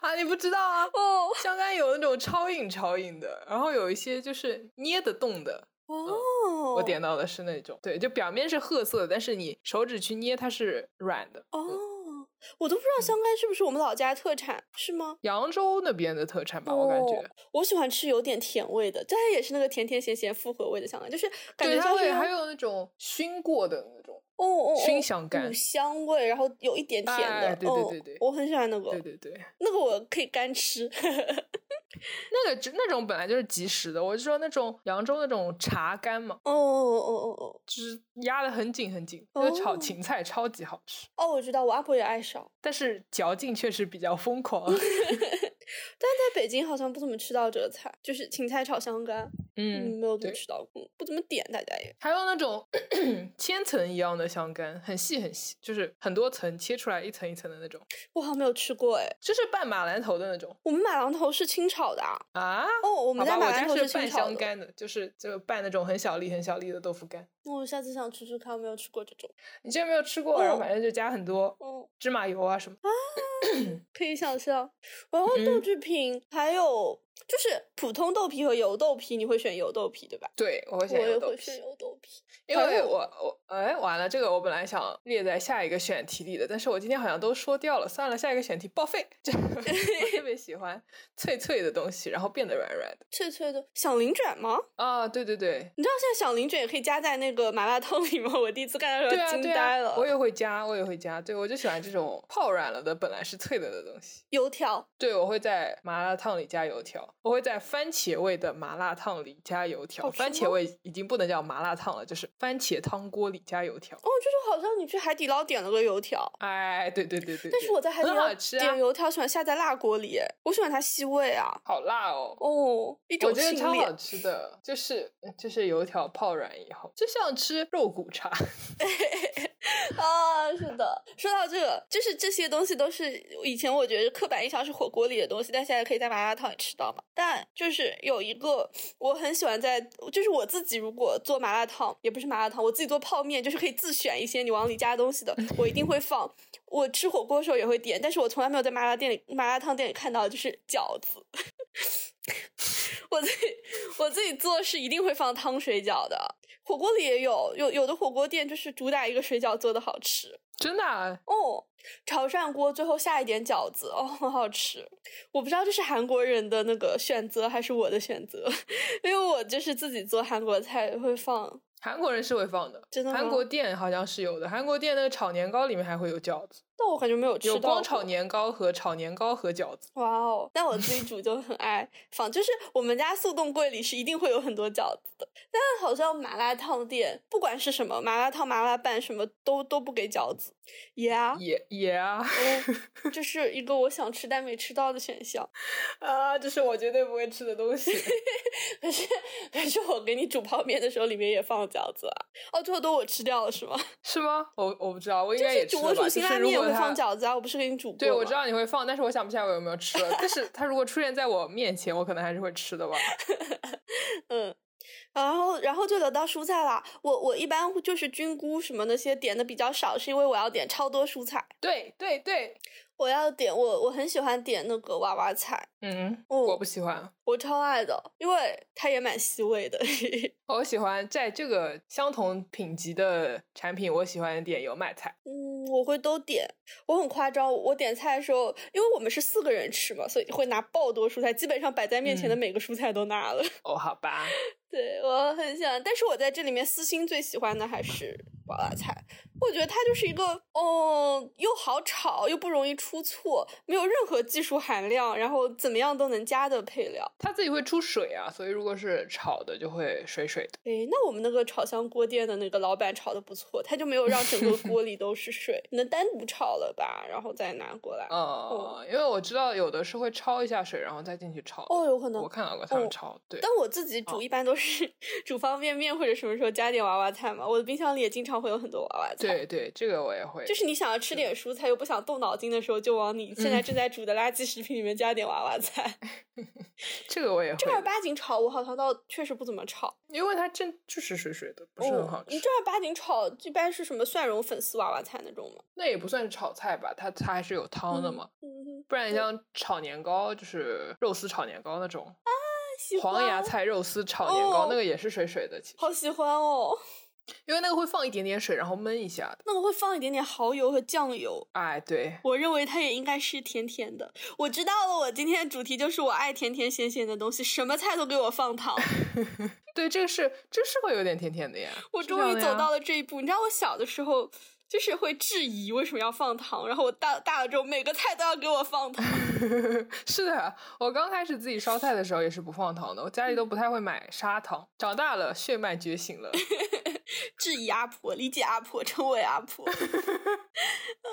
啊，你不知道啊？
哦
香干有那种超硬超硬的，然后有一些就是捏得动的。
哦，
嗯我点到的是那种，对，就表面是褐色的，但是你手指去捏它是软的。嗯
哦，我都不知道香干是不是我们老家特产，是吗？
扬州那边的特产吧，啊我感
哦
觉。
我喜欢吃有点甜味的，但它也是那个甜甜咸咸复合味的香干，就是感
对，
觉
它
像是
会还
有
有那种熏过的那种。
哦哦哦
熏香干
五香味，然后有一点甜的，
哎对对对对
哦，我很喜欢那
对
个，
对对，
那个我可以干吃， <laughs>
那个就那种本来就是即食的，我是说那种扬州那种茶干嘛，
哦哦哦哦哦，
就是压得很紧很紧，那个炒
哦
芹菜超级好吃，
哦，我知道，我阿婆也爱烧，
但是嚼劲确实比较
<laughs>
疯狂。嗯
但是在北京好像不怎么吃到这个菜，就是芹菜炒香干，
嗯，
没有怎么
对
吃到过，不怎么点，大家也，
还有那种 <clears throat> 千层一样的香干，很细很细，就是很多层切出来一层一层的那种，
我好像没有吃过哎，
就是拌马兰头的那种
我们马郎头是清炒的啊，
啊。
哦，我们
好
家马
吧，我
兰
家
头
是
清
拌
炒
香
的，
干的，就是就拌那种很小粒很小粒的豆腐干。
那我下次想吃吃看，我没有吃过这种，
你之前没有吃过，然后
哦
反正就加很多
嗯。
芝麻油啊什么。
可以想象。然后豆
嗯
制品、还有就是普通豆皮和油豆皮，你会选油豆皮对吧？
对，我会
我
选
也
油豆
会
皮
选油豆皮。
因
还
为
有
我我哎完了，这个我本来想列在下一个选题里的，但是我今天好像都说掉了，算了，下一个选题报废。 <laughs> 这我特别喜欢脆脆的东西，然后变得软软的
脆脆的响铃卷吗？
啊，对对
<laughs>
对，
你知道现在响铃卷也可以加在那个麻辣烫里吗？我第一次看到的
对
时候
啊
惊
对
呆了。
啊，我也会加，我也会加，对我就喜欢这种泡软了的，本来是脆的的东西。
油条，哦
对，我会在麻辣烫里加油条，我会在番茄味的麻辣烫里加油条。
好吃
番茄
吗
味已经不能叫麻辣烫了，就是番茄汤锅里加油条。
哦，这就好像你去海底捞点了个油条。
哎，对对对对
但是我在海底
很
捞
好吃啊
点，油条喜欢下在辣锅里，我喜欢它吸味啊。
好辣哦。
哦，一
我
种
觉得
清
超好
冽。
吃的，就是嗯就是油条泡软以后，就像吃肉骨茶。 <laughs>
<laughs> 啊，是的。说到这个，就是这些东西都是以前我觉得刻板印象是火锅里的东西，但现在可以在麻辣烫里吃到嘛。但就是有一个我很喜欢在，就是我自己如果做麻辣烫，也不是麻辣烫，我自己做泡面，就是可以自选一些你往里加东西的，我一定会放。我吃火锅的时候也会点，但是我从来没有在麻辣店里、麻辣烫店里看到的就是饺子。 <laughs> 我自己我自己做是一定会放汤水饺的，火锅里也有，有有的火锅店就是主打一个水饺做的好吃
真的、啊，
哦，潮汕锅最后下一点饺子哦，很好吃。我不知道这是韩国人的那个选择还是我的选择，因为我就是自己做韩国菜会放，
韩国人是会放的，
真的
韩
吗
国店好像是有的，韩国店那个炒年糕里面还会有饺子，
但我感觉没有吃到
有光炒
过
年糕和炒年糕和饺子。
哇哦！但我自己煮就很爱放，就是我们家速冻柜里是一定会有很多饺子的。但好像麻辣烫店，不管是什么麻辣烫、麻辣拌，什么都都不给饺子。Yeah，
也也啊 <laughs>
哦， <laughs> 这是一个我想吃但没吃到的选项。
啊，这是我绝对不会吃的东西。
可是可是我给你煮泡面的时候，里面也放了饺子啊。哦，最后都我吃掉了是吗？
<laughs> 是吗？我我不知道，我应
就
该也
是
吃
煮
了
我
吧。
煮辛
就
拉
是如
面也
果
会放
它，
饺子啊，我不是给你煮过
对，我知
吗。
道你会放，但是我想不起来我有没有吃了。但是它如果出现在我面前，我可能还是会吃
<laughs>
的吧。
嗯，然后然后就聊到蔬菜啦。我我一般就是菌菇什么那些点的比较少，是因为我要点超多蔬菜。
对对对，
我要点我我很喜欢点那个娃娃菜，
嗯，
哦
我不喜欢。
我超爱的，因为它也蛮吸味的。
我喜欢在这个相同品级的产品，我喜欢点油麦菜。
嗯，我会都点，我很夸张。我点菜的时候，因为我们是四个人吃嘛，所以会拿爆多蔬菜，基本上摆在面前的
嗯
每个蔬菜都拿了。 <laughs>
哦，好吧，
对我很喜欢，但是我在这里面私心最喜欢的还是娃娃菜，我觉得它就是一个，哦，又好炒又不容易出错，没有任何技术含量，然后怎么样都能加的配料。
它自己会出水啊，所以如果是炒的就会水水的。
诶，那我们那个炒香锅店的那个老板炒的不错，他就没有让整
<laughs>
个锅里都是水，能单独炒了吧，然后再拿过来。哦
呃，因为我知道有的是会焯一下水，然后再进去炒的。
哦，有可能
我。看到过他们
哦
焯，对嗯
<laughs> 但我自己煮一般都是煮方便面或者什么时候加点娃娃菜嘛，我的冰箱里也经常会有很多娃娃菜。
对对，这个我也会。
就是你想要吃点蔬菜又不想动脑筋的时候，就往你现
嗯
在正在煮的垃圾食品里面加点娃娃菜。
这个我哎也会。
正儿八经炒，我好像倒确实不怎么炒。
因为它正就是水水的，不是很好吃。
哦你正儿八经炒一般是什么蒜蓉粉丝娃娃菜那种吗？
那也不算是炒菜吧，它它还是有汤的嘛。
嗯，
不然你像炒年糕，就是肉丝炒年糕那种，
喜欢
黄芽菜肉丝炒年糕，
哦
那个也是水水的，其实
好喜欢哦，
因为那个会放一点点水，然后焖一下的。
那个会放一点点蚝油和酱油。
哎，对，
我认为它也应该是甜甜的。我知道了，我今天的主题就是我爱甜甜咸咸的东西，什么菜都给我放糖。
对，这个是这是会有点甜甜的呀。
我
是这
终于
样的
走
呀
到了这一步。你知道我小的时候就是会质疑为什么要放糖，然后我大大了之后每个菜都要给我放糖。
<laughs> 是的，我刚开始自己烧菜的时候也是不放糖的，我家里都不太会买砂糖。长大了，血脉觉
<laughs>
醒了，
质疑阿婆，理解阿婆，成为阿婆。 <laughs> 嗯，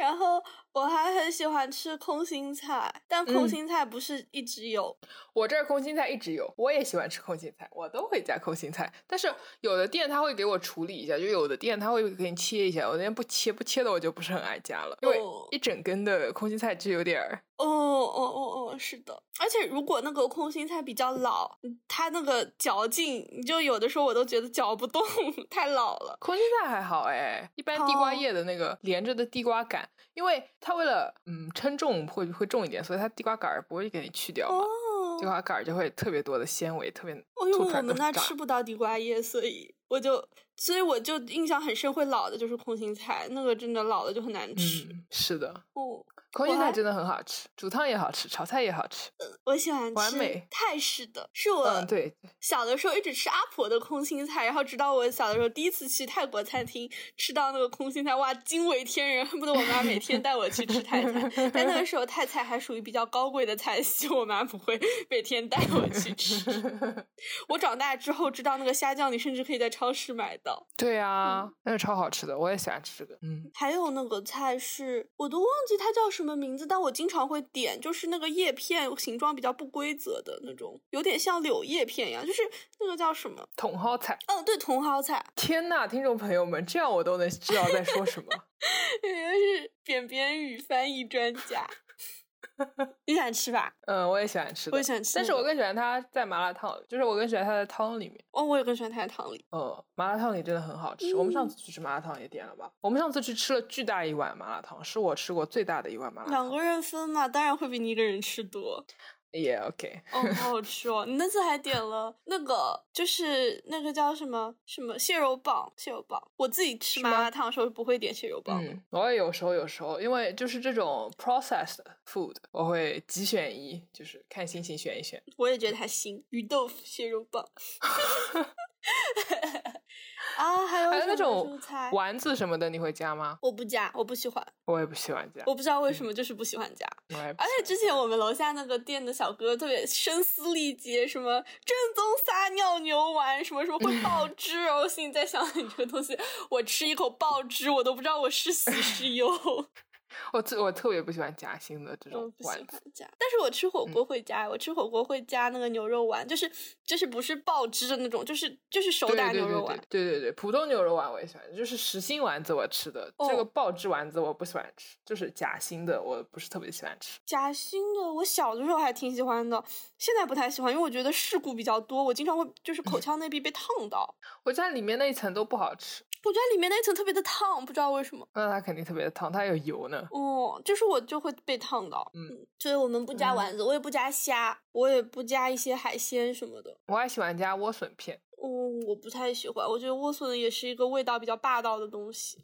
然后我还很喜欢吃空心菜，但空
嗯
心菜不是一直有。哦
我这儿空心菜一直有，我也喜欢吃空心菜，我都会加空心菜。但是有的店它会给我处理一下，就有的店它会给你切一下，有的店不切，不切的我就不是很爱加了，因为
哦
一整根的空心菜就有点儿。
哦哦哦哦，是的。而且如果那个空心菜比较老，嗯它那个嚼劲，你就有的时候我都觉得嚼不动， <laughs> 太老了。
空心菜还好哎，一般地瓜
哦
叶的那个连着的地瓜杆，因为它为了嗯称重会会重一点，所以它地瓜杆儿不会给你去掉嘛。
哦
地，瓜杆儿就会特别多的纤维，特别嗯
哦，因
吐
为
出来
我
都
们
是
那
渣
吃不到地瓜叶，所以我就，所以我就印象很深，会老的就是空心菜，那个真的老了就很难吃。
嗯，是的，
哦，
空心
我还
菜真的很好吃，煮汤也好吃，炒菜也好吃。
我喜欢
完
吃
美
泰式的，是我、
嗯，对，
小的时候一直吃阿婆的空心菜，然后直到我小的时候第一次去泰国餐厅吃到那个空心菜，哇，惊为天人，恨不得我妈每天带我去吃泰菜。但那个时候泰菜还属于比较高贵的菜系，我妈不会每天带我去吃。
<laughs>
我长大之后知道那个虾酱，你甚至可以在超市买到。
对
嗯
啊，那个超好吃的，我也喜欢吃这个。嗯，
还有那个菜是，我都忘记它叫什么名字，但我经常会点，就是那个叶片形状比较不规则的那种，有点像柳叶片一样，就是那个叫什么？
茼蒿菜，
嗯，对，茼蒿菜， <laughs>
天呐，听众朋友们，这样我都能知道在说什么。
<laughs> 原来是扁扁语翻译专家。 <laughs> 你想吃吧？
嗯，我也喜欢吃的，
我也喜欢吃
但
那
是我
个
更喜欢它在麻辣烫，就是我更喜欢它在汤里面。
哦，我也更喜欢它的汤里。
嗯，麻辣烫里真的很好吃。我们上
嗯
次去吃麻辣烫也点了吧？我们上次去吃了巨大一碗麻辣烫，是我吃过最大的一碗麻辣
两
烫。
个人分嘛，当然会比你一个人吃多。
也 OK，
哦，好好吃哦！你那次还点了那个，就是那个叫什么什么蟹肉棒，蟹肉棒。我自己吃
是
麻
吗
辣烫的时候不会点蟹肉棒，
嗯，我也有时候有时候，因为就是这种 processed food，我会几选一，就是看心情选一选。
我也觉得它腥。鱼豆腐蟹肉
<laughs>
棒。啊，还有
还有那
什么
种
蔬菜，
丸子什么的，你会加吗？
我不加，我不喜欢，
我也不喜欢加，
我不知道为什么就是不喜欢加。
我也不
而
喜
且之前我们楼下那个店的小哥特别声嘶力竭，什么正宗撒尿牛丸，什么什么
嗯
会
<laughs>
爆汁哦。我心里在想， <laughs> 你这个东西，我吃一口爆汁，我都不知道我是喜是忧，
我特我特别不喜欢夹心的这
我
种
嗯不喜
丸
欢
子。嗯
加。但是我吃火锅会加，我吃火锅会加那个牛肉丸，就是就是不是爆汁的那种，就是就是手
对
打
对对
牛肉
对
丸。
对对对，普通牛肉丸我也喜欢，就是实心丸子我吃的，这
哦
个爆汁丸子我不喜欢吃，就是夹心的我不是特别喜欢吃。
夹心的，我小的时候还挺喜欢的，现在不太喜欢，因为我觉得事故比较多，我经常会就是口腔内壁被烫到，
我觉得它里面那一层都不好吃，
我觉得里面那一层特别的烫，不知道为什么。
那它肯定特别的烫，它有油呢。
哦，就是我就会被烫到，
嗯，
所以我们不加
嗯
丸子，我也不加虾，我也不加一些海鲜什么的。
我还喜欢加莴笋片，
嗯，我不太喜欢，我觉得莴笋也是一个味道比较霸道的东西。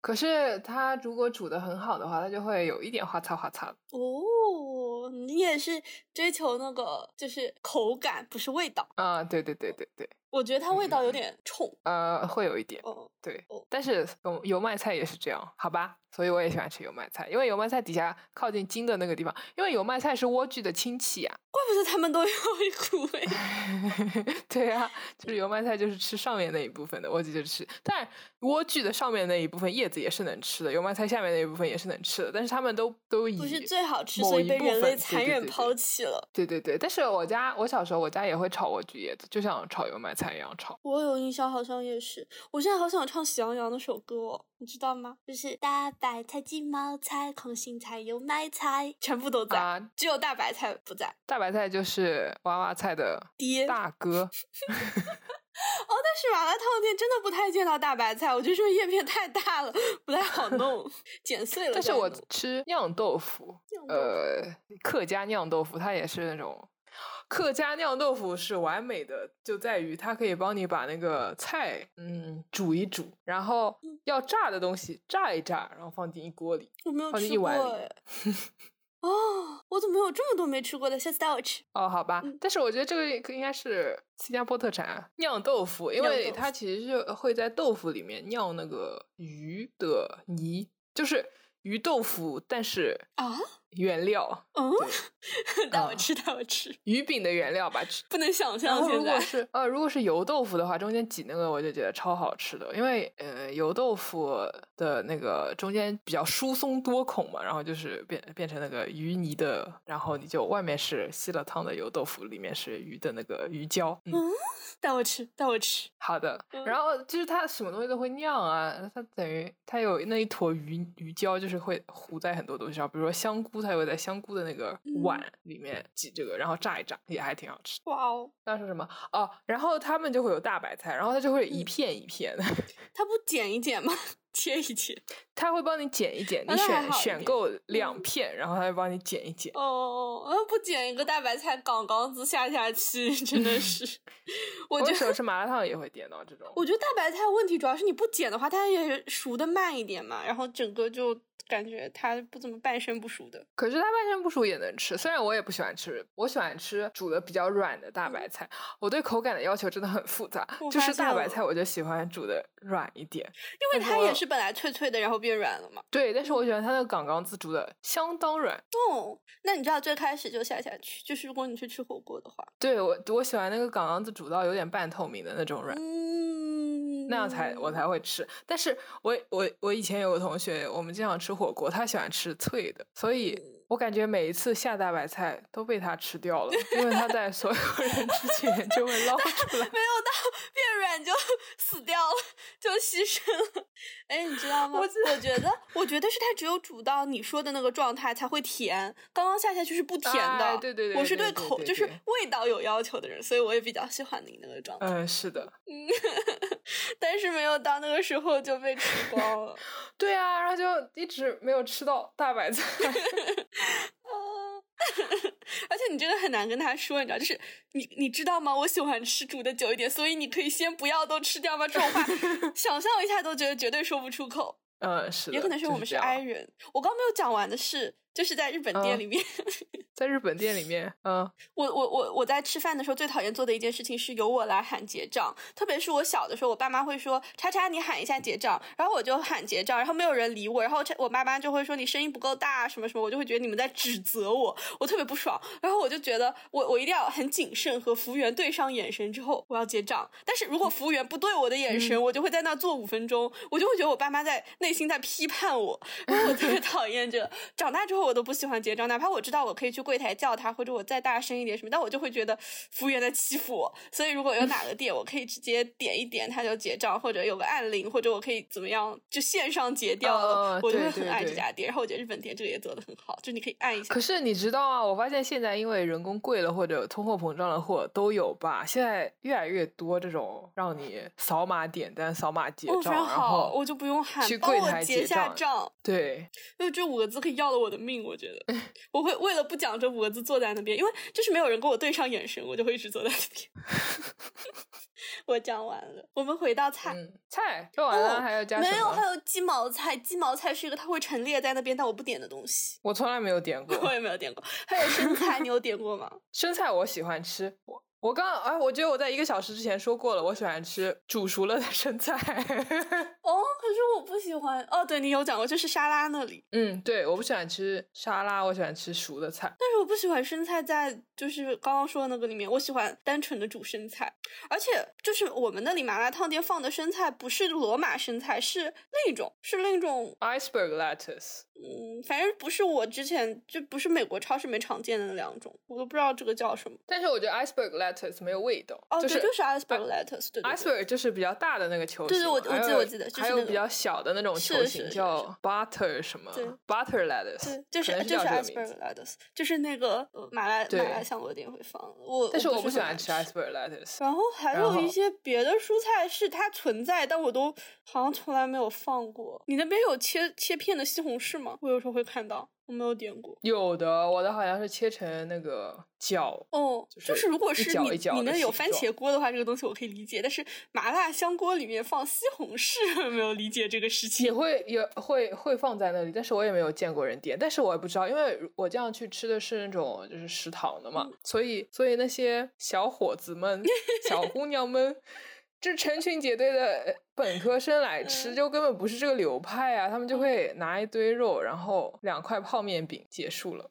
可是它如果煮的很好的话，它就会有一点花擦花擦的。
哦，你也是追求那个就是口感，不是味道。
啊、对对对对对，
我觉得它味道有
嗯
点冲。
呃，会有一点。
哦，
对
哦，
但是油油麦菜也是这样，好吧？所以我也喜欢吃油麦菜，因为油麦菜底下靠近筋的那个地方，因为油麦菜是莴苣的亲戚啊呀、
怪不得他们都有 <laughs> 一股味。
哎 <laughs> 对呀、就是油麦菜就是吃上面那一部分的，莴苣就吃。但莴苣的上面那一部分叶子也是能吃的，油麦菜下面那一部分也是能吃的，但是它们都都以
不是最好吃，
某
所以
一
被
部
人类
分对
残
对
忍
对对
抛弃了。
对对对，但是我家我小时候我家也会炒莴苣叶子，就像炒油麦菜菜一样吵。
我有印象，好像也是。我现在好想唱喜羊羊那首歌哦，你知道吗？就是大白菜、金毛菜、空心菜、油麦菜，全部都在，
啊
只有大白菜不在。
大白菜就是娃娃菜的
爹
大哥，
哦，但是麻辣烫店真的不太见到大白菜，我觉得是不是叶片太大了，不太好
<laughs>
弄，剪碎了再弄。
但是我吃酿豆腐，
酱豆腐
呃，客家酿豆腐，它也是那种。客家酿豆腐是完美的，就在于它可以帮你把那个菜，嗯，煮一煮，然后
嗯
要炸的东西炸一炸，然后放进一锅里。
我没有
放进
吃
一
过
碗里 <laughs>
哎。哦，我怎么有这么多没吃过的？下次带我吃。
哦，好吧
嗯，
但是我觉得这个应该是新加坡特产啊酿豆腐，因
酿豆
为
腐
它其实是会在豆腐里面酿那个鱼的泥，就是鱼豆腐，但是
啊
原料
嗯，带我
啊
吃，带我吃，
鱼饼的原料吧。
不能想
然
象
后
现
如果
在。 <laughs>
是呃，如果是油豆腐的话，中间挤那个我就觉得超好吃的，因为呃油豆腐的那个中间比较疏松多孔嘛，然后就是变变成那个鱼泥的，然后你就外面是吸了汤的油豆腐，里面是鱼的那个鱼胶，嗯。
带我吃，带我吃。
好的，
嗯
然后就是它什么东西都会酿啊，它等于它有那一坨鱼鱼胶，就是会糊在很多东西上，比如说香菇，它也会在香菇的那个
嗯
碗里面挤这个，然后炸一炸，也还挺好吃。
哇哦，
那是什么？哦，然后他们就会有大白菜，然后它就会一
嗯
片一片的， <laughs>
它不剪一剪吗？ <laughs> 切一切。
它会帮你剪一剪，
啊
你
那还
选
好一
选
点
购两
嗯
片，然后它会帮你剪一剪。
哦，呃不剪一个大白菜，杠杠子下下去，真的
<laughs>
是。我
我
觉
有
得，
时候吃麻辣烫也会点到这种。
我觉得大白菜问题主要是你不剪的话，它也熟的慢一点嘛，然后整个就感觉它不怎么半生不熟的。
可是它半生不熟也能吃，虽然我也不喜欢吃，我喜欢吃煮的比较软的大白菜。我对口感的要求真的很复杂
我，
就
嗯发
是
现
大白
了
菜我就喜欢煮的软一点。
因
但
为
是
它
我
也是本来脆脆的，然后变软了嘛。
对，但是我喜
嗯
欢它那个港港子煮的相当软。
哦，那你知道最开始就下下去，就是如果你去吃火锅的话，
对我，我喜欢那个港港子煮到有点半透明的那种软。
嗯，
那样才我才会吃，但是我我我以前有个同学，我们经常吃火锅，他喜欢吃脆的，所以
嗯
我感觉每一次下大白菜都被他吃掉了，因为他在所有人之前就会捞出来。
没有到变软就 <laughs> 死掉了，就牺牲了。哎，你知道吗？
我知道
我觉得，我觉得是它只有煮到你说的那个状态才会甜，刚刚下下去是不 <laughs> 甜的。
哎对对对
我是
对对
口
对
就是
对
味道有要求的人，所以我也比较喜欢你那个状态，
嗯，是的，
但是没有到那个时候就被吃光了。
对啊，然后就一直没有吃到大白
<laughs>
菜。
而且你这个很难跟他说，你知道，就是你你知道吗？我喜欢吃煮的久一点，所以你可以先不要都吃掉吗？这种
<laughs>
话，想象一下都觉得绝对说不出口。
嗯，是的，
也可能是
就
我们
这
是
样
I 人。我刚没有讲完的是，就是在日本店
嗯
里面，
在日本店里面，嗯，
我我我我在吃饭的时候最讨厌做的一件事情是由我来喊结账，特别是我小的时候，我爸妈会说“叉叉，你喊一下结账”，然后我就喊结账，然后没有人理我，然后叉我爸妈就会说你声音不够大啊什么什么，我就会觉得你们在指责我，我特别不爽，然后我就觉得我我一定要很谨慎和服务员对上眼神之后我要结账，但是如果服务员不对我的眼神，
嗯
我就会在那坐五分钟，我就会觉得我爸妈在内心在批判我，然后我特别 <laughs> 讨厌这个。长大之后我都不喜欢结账，哪怕我知道我可以去柜台叫他，或者我再大声一点什么，但我就会觉得服务员在欺负我。所以如果有哪个店，我可以直接点一点他就结账，或者有个按铃，或者我可以怎么样就线上结掉了，
哦
我就
对
会很
对
爱
对
这家店。然后我觉得日本店这个也做的很好，就你可以按一下
可。是你知道吗？啊我发现现在因为人工贵了或者通货膨胀了或都有吧，现在越来越多这种让你扫码点单、扫码结
哦，非常
账，然
好，我
后
就不用喊
去，
帮
柜
我
台
结
结
下
账
账。
对，
因为这五个字可以要了我的命，我觉得我会为了不讲这五个字坐在那边，因为就是没有人跟我对上眼神，我就会一直坐在那边。 <laughs> 我讲完了，我们回到菜，
嗯，菜说完了、
哦
还要加什么？
没有，还有鸡毛菜，鸡毛菜是一个它会陈列在那边，但我不点的东西，
我从来没有点过
<laughs> 我也没有点过。还有生菜，你有点过
<laughs>
吗？
生菜，我喜欢吃。我我刚哎，我觉得我在一个小时之前说过了，我喜欢吃煮熟了的生菜。 <laughs>
哦，可是我不喜欢。哦，对你有讲过，就是沙拉那里，
嗯，对，我不喜欢吃沙拉，我喜欢吃熟的菜。
但是我不喜欢生菜在就是刚刚说的那个里面，我喜欢单纯的煮生菜，而且就是我们那里麻辣烫店放的生菜不是罗马生菜，是另一种，是另一种
Iceberg lettuce，
嗯，反正不是我之前就不是美国超市里面常见的那两种，我都不知道这个叫什么。
但是我觉得 iceberg lettuce 没有味道，
哦，
就是啊
对，就是 iceberg lettuce，对对对
iceberg 就是比较大的那个球形，
对对我我记得
还有
我记得就是
还
那
有
个
比较小的那种
是
球
是
形
是
叫 butter 什么
对
butter lettuce，
对，就
可
是
能
就是
叫这个
iceberg
名字。
lettuce，就是那个呃马来
对
马来香果店会放的。我
但是
我
我不喜
很
欢吃 iceberg lettuce，
然后还
然
有
后
一些别的蔬菜是它存在，但我都好像从来没有放过。你那边有切切片的西红柿吗？我有时候会看到，我没有点过。
有的我的好像是切成那个角，
哦，
就
就是
是
如果
一
是
角
你
一角
你
的
那有
形
番
状
茄锅的话，这个东西我可以理解，但是麻辣香锅里面放西红柿，没有理解这个事
也
情。
会也会会放在那里，但是我也没有见过人点，但是我也不知道，因为我这样去吃的是那种就是食堂的嘛，所以所以那些小伙子们、小姑娘们，这成群结队的呃本科生来吃，
嗯
就根本不是这个流派啊，他们就会拿一堆肉，然后两块泡面饼结束了。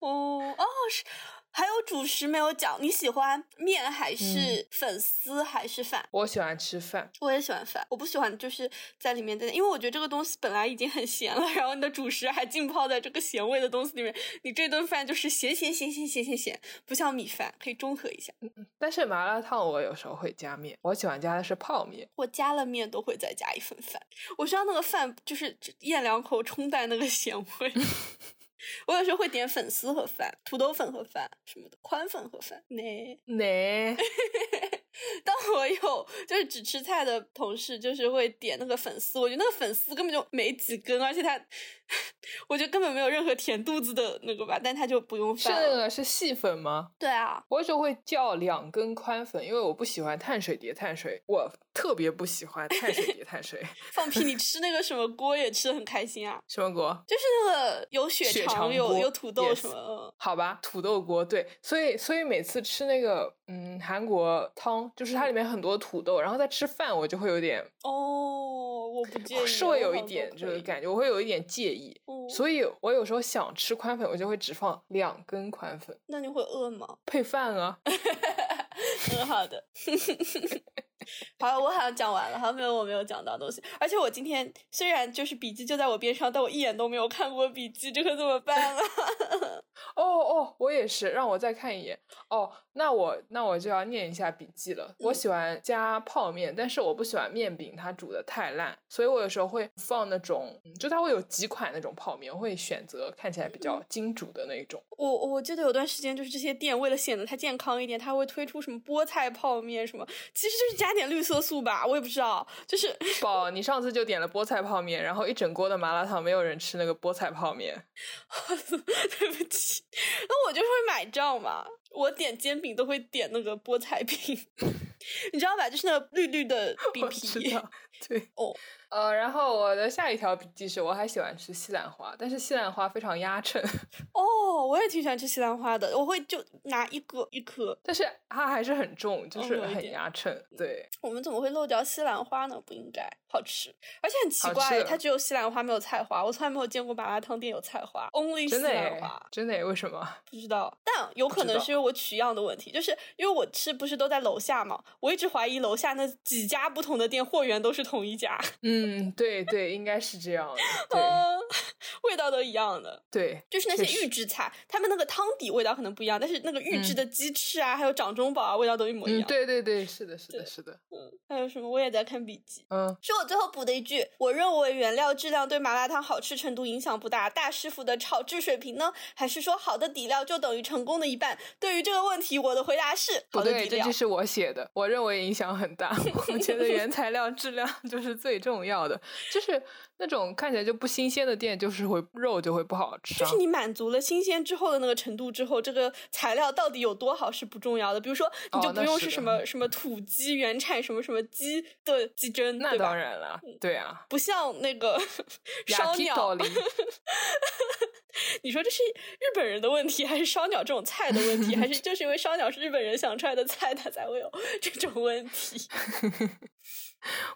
哦哦是，还有主食没有讲，你喜欢面
嗯
还是粉丝还是饭？
我喜欢吃饭，
我也喜欢饭，我不喜欢就是在里面的，因为我觉得这个东西本来已经很咸了，然后你的主食还浸泡在这个咸味的东西里面，你这顿饭就是咸咸咸咸咸咸咸，不像米饭可以中和一下。
但是麻辣烫我有时候会加面，我喜欢加的是泡面。
我加了面都会再加一份饭，我需要那个饭就是咽两口冲淡那个咸味。 <laughs> 我有时候会点粉丝和饭、土豆粉和饭什么的，宽粉和饭。那
呢？
当我有就是只吃菜的同事，就是会点那个粉丝，我觉得那个粉丝根本就没几根，而且它， <laughs> 我觉得根本没有任何填肚子的那个吧，但它就不用
是
饭
那
了。
个是细粉吗？
对啊，
我有时候会叫两根宽粉，因为我不喜欢碳水叠碳水，我特别不喜欢碳水叠碳水。 <laughs>
放屁！你吃那个什么锅也吃的很开心啊，
什么锅？
就是那个有血
血
肠、
肠
有
锅
有土豆
yes
什么，嗯
好吧，土豆锅对，所以所以每次吃那个嗯韩国汤，就是它里面很多土豆，然后再吃饭，我就会有点
哦，我不介意，
是会有
我
一
好
点
多
这
可
个
以
感觉，我会有一点介意，
哦，
所以我有时候想吃宽粉，我就会只放两根宽粉
那你会饿吗？
配饭啊。
嗯，好的。 <laughs> 好了，我好像讲完了，好像没有我没有讲到的东西。而且我今天虽然就是笔记就在我边上，但我一眼都没有看过笔记，这可怎么办啊？ <laughs>
哦哦，我也是，让我再看一眼。哦，那我那我就要念一下笔记了。我
嗯
喜欢加泡面，但是我不喜欢面饼它煮的太烂，所以我有时候会放那种，嗯就它会有几款那种泡面，我会选择看起来比
嗯
较精煮的那一种。
我我记得有段时间，就是这些店为了显得它健康一点，它会推出什么菠菜泡面什么，其实就是加点绿色素吧，我也不知道，就是 <laughs>
宝，你上次就点了菠菜泡面，然后一整锅的麻辣烫，没有人吃那个菠菜泡面。
对不起，那我就是会买账嘛。我点煎饼都会点那个菠菜饼， <laughs> 你知道吧？就是那个绿绿的饼
我知
皮。
道，
<laughs>
对，
哦，
呃，然后我的下一条笔记是，我还喜欢吃西兰花，但是西兰花非常压秤。 <laughs>
哦，我也挺喜欢吃西兰花的，我会就拿一个一颗。
但是它还是很重，就
哦
是
有一
很
点
压秤。对，
我们怎么会漏掉西兰花呢？不应该，好吃，而且很奇
好
怪，
吃
它只有西兰花没有菜花，我从来没有见过麻辣烫店有菜花，only 西
真的
兰
诶
花，
真的诶为
<laughs>
什么？
不知道。但有可
知
能
道
是因为我取样的问题，就是因为我吃不是都在楼下嘛，我一直怀疑楼下那几家不同的店货源都是同一家，
嗯，对对，应该是这样的。
嗯， <laughs> 味道都一样的。<laughs>
对对，
就是那
确
些预
实
制菜，他们那个汤底味道可能不一样，但是那个预制的鸡翅啊，还有掌中宝啊，味道都一模一
嗯，
样。
对对对，是的，是的，
对
是的，
还有什么？我也在看笔记。
嗯，
是我最后补的一句，我认为原料质量对麻辣烫好吃程度影响不大。大师傅的炒制水平呢？还是说好的底料就等于成功的一半？对于这个问题，我的回答是
不
好的底
对，这
料
就。是我写的。我认为影响很大，我
<laughs>
觉得原材料质量就是最重要的。就是那种看起来就不新鲜的店，就是会肉就会不好吃、
就
啊。
是你满足了新鲜之后的那个程度之后，这个材料到底有多好是不重要的。比如说，你就
哦
不
那
用是
是的
什么什么土鸡原产什么什么鸡的鸡胗，
那
对吧
当然了，对啊，
不像那个 <laughs> 烧
雅基道
鸟， <laughs>
理。
你说这是日本人的问题，还是烧鸟这种菜的问题，还是就是因为烧鸟是日本人想出来的菜，它才会有 <laughs> 这种问 <laughs> 题？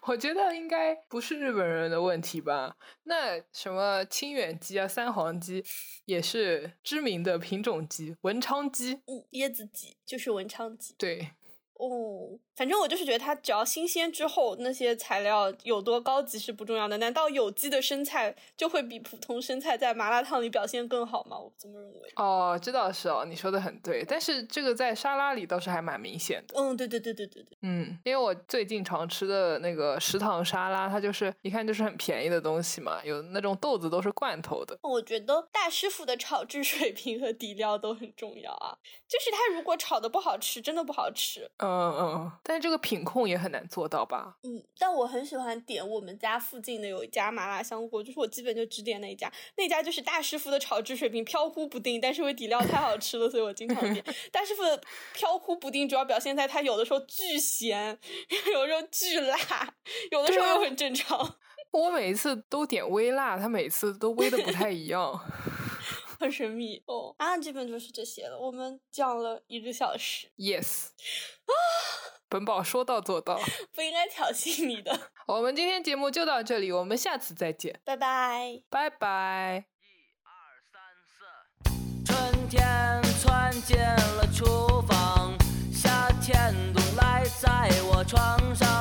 我觉得应该不是日本人的问题吧？那什么清远鸡啊、三黄鸡也是知名的品种鸡，文昌鸡。
嗯，椰子鸡就是文昌鸡。
对，
哦，反正我就是觉得它只要新鲜之后，那些材料有多高级是不重要的。难道有机的生菜就会比普通生菜在麻辣烫里表现更好吗？我不这么认为。
哦，这倒是哦，你说的很对，但是这个在沙拉里倒是还蛮明显的。
嗯，对对对对对对，
嗯，因为我最近常吃的那个食堂沙拉，它就是一看就是很便宜的东西嘛，有那种豆子都是罐头的。
我觉得大师傅的炒制水平和底料都很重要啊。就是他如果炒的不好吃，真的不好吃。
嗯嗯，但是这个品控也很难做到吧？
嗯，但我很喜欢点我们家附近的有一家麻辣香锅，就是我基本就只点那一家，那家就是大师傅的炒制水平飘忽不定，但是因为底料太好吃了，所以我经常点。大师傅的飘忽不定主要表现在他有的时候巨咸， <laughs> 有的时候巨辣，有的时候
对啊
又很正常， <laughs>
我每一次都点微辣，它每次都微的不太一样。
很神秘哦。啊，基本就是这些了，我们讲了一个小时，
yes，本宝说到做到。
不应该挑衅你的，
我们今天节目就到这里，我们下次再见，
拜拜。
拜拜。
春天窜进了厨房，夏天冬赖在我床上。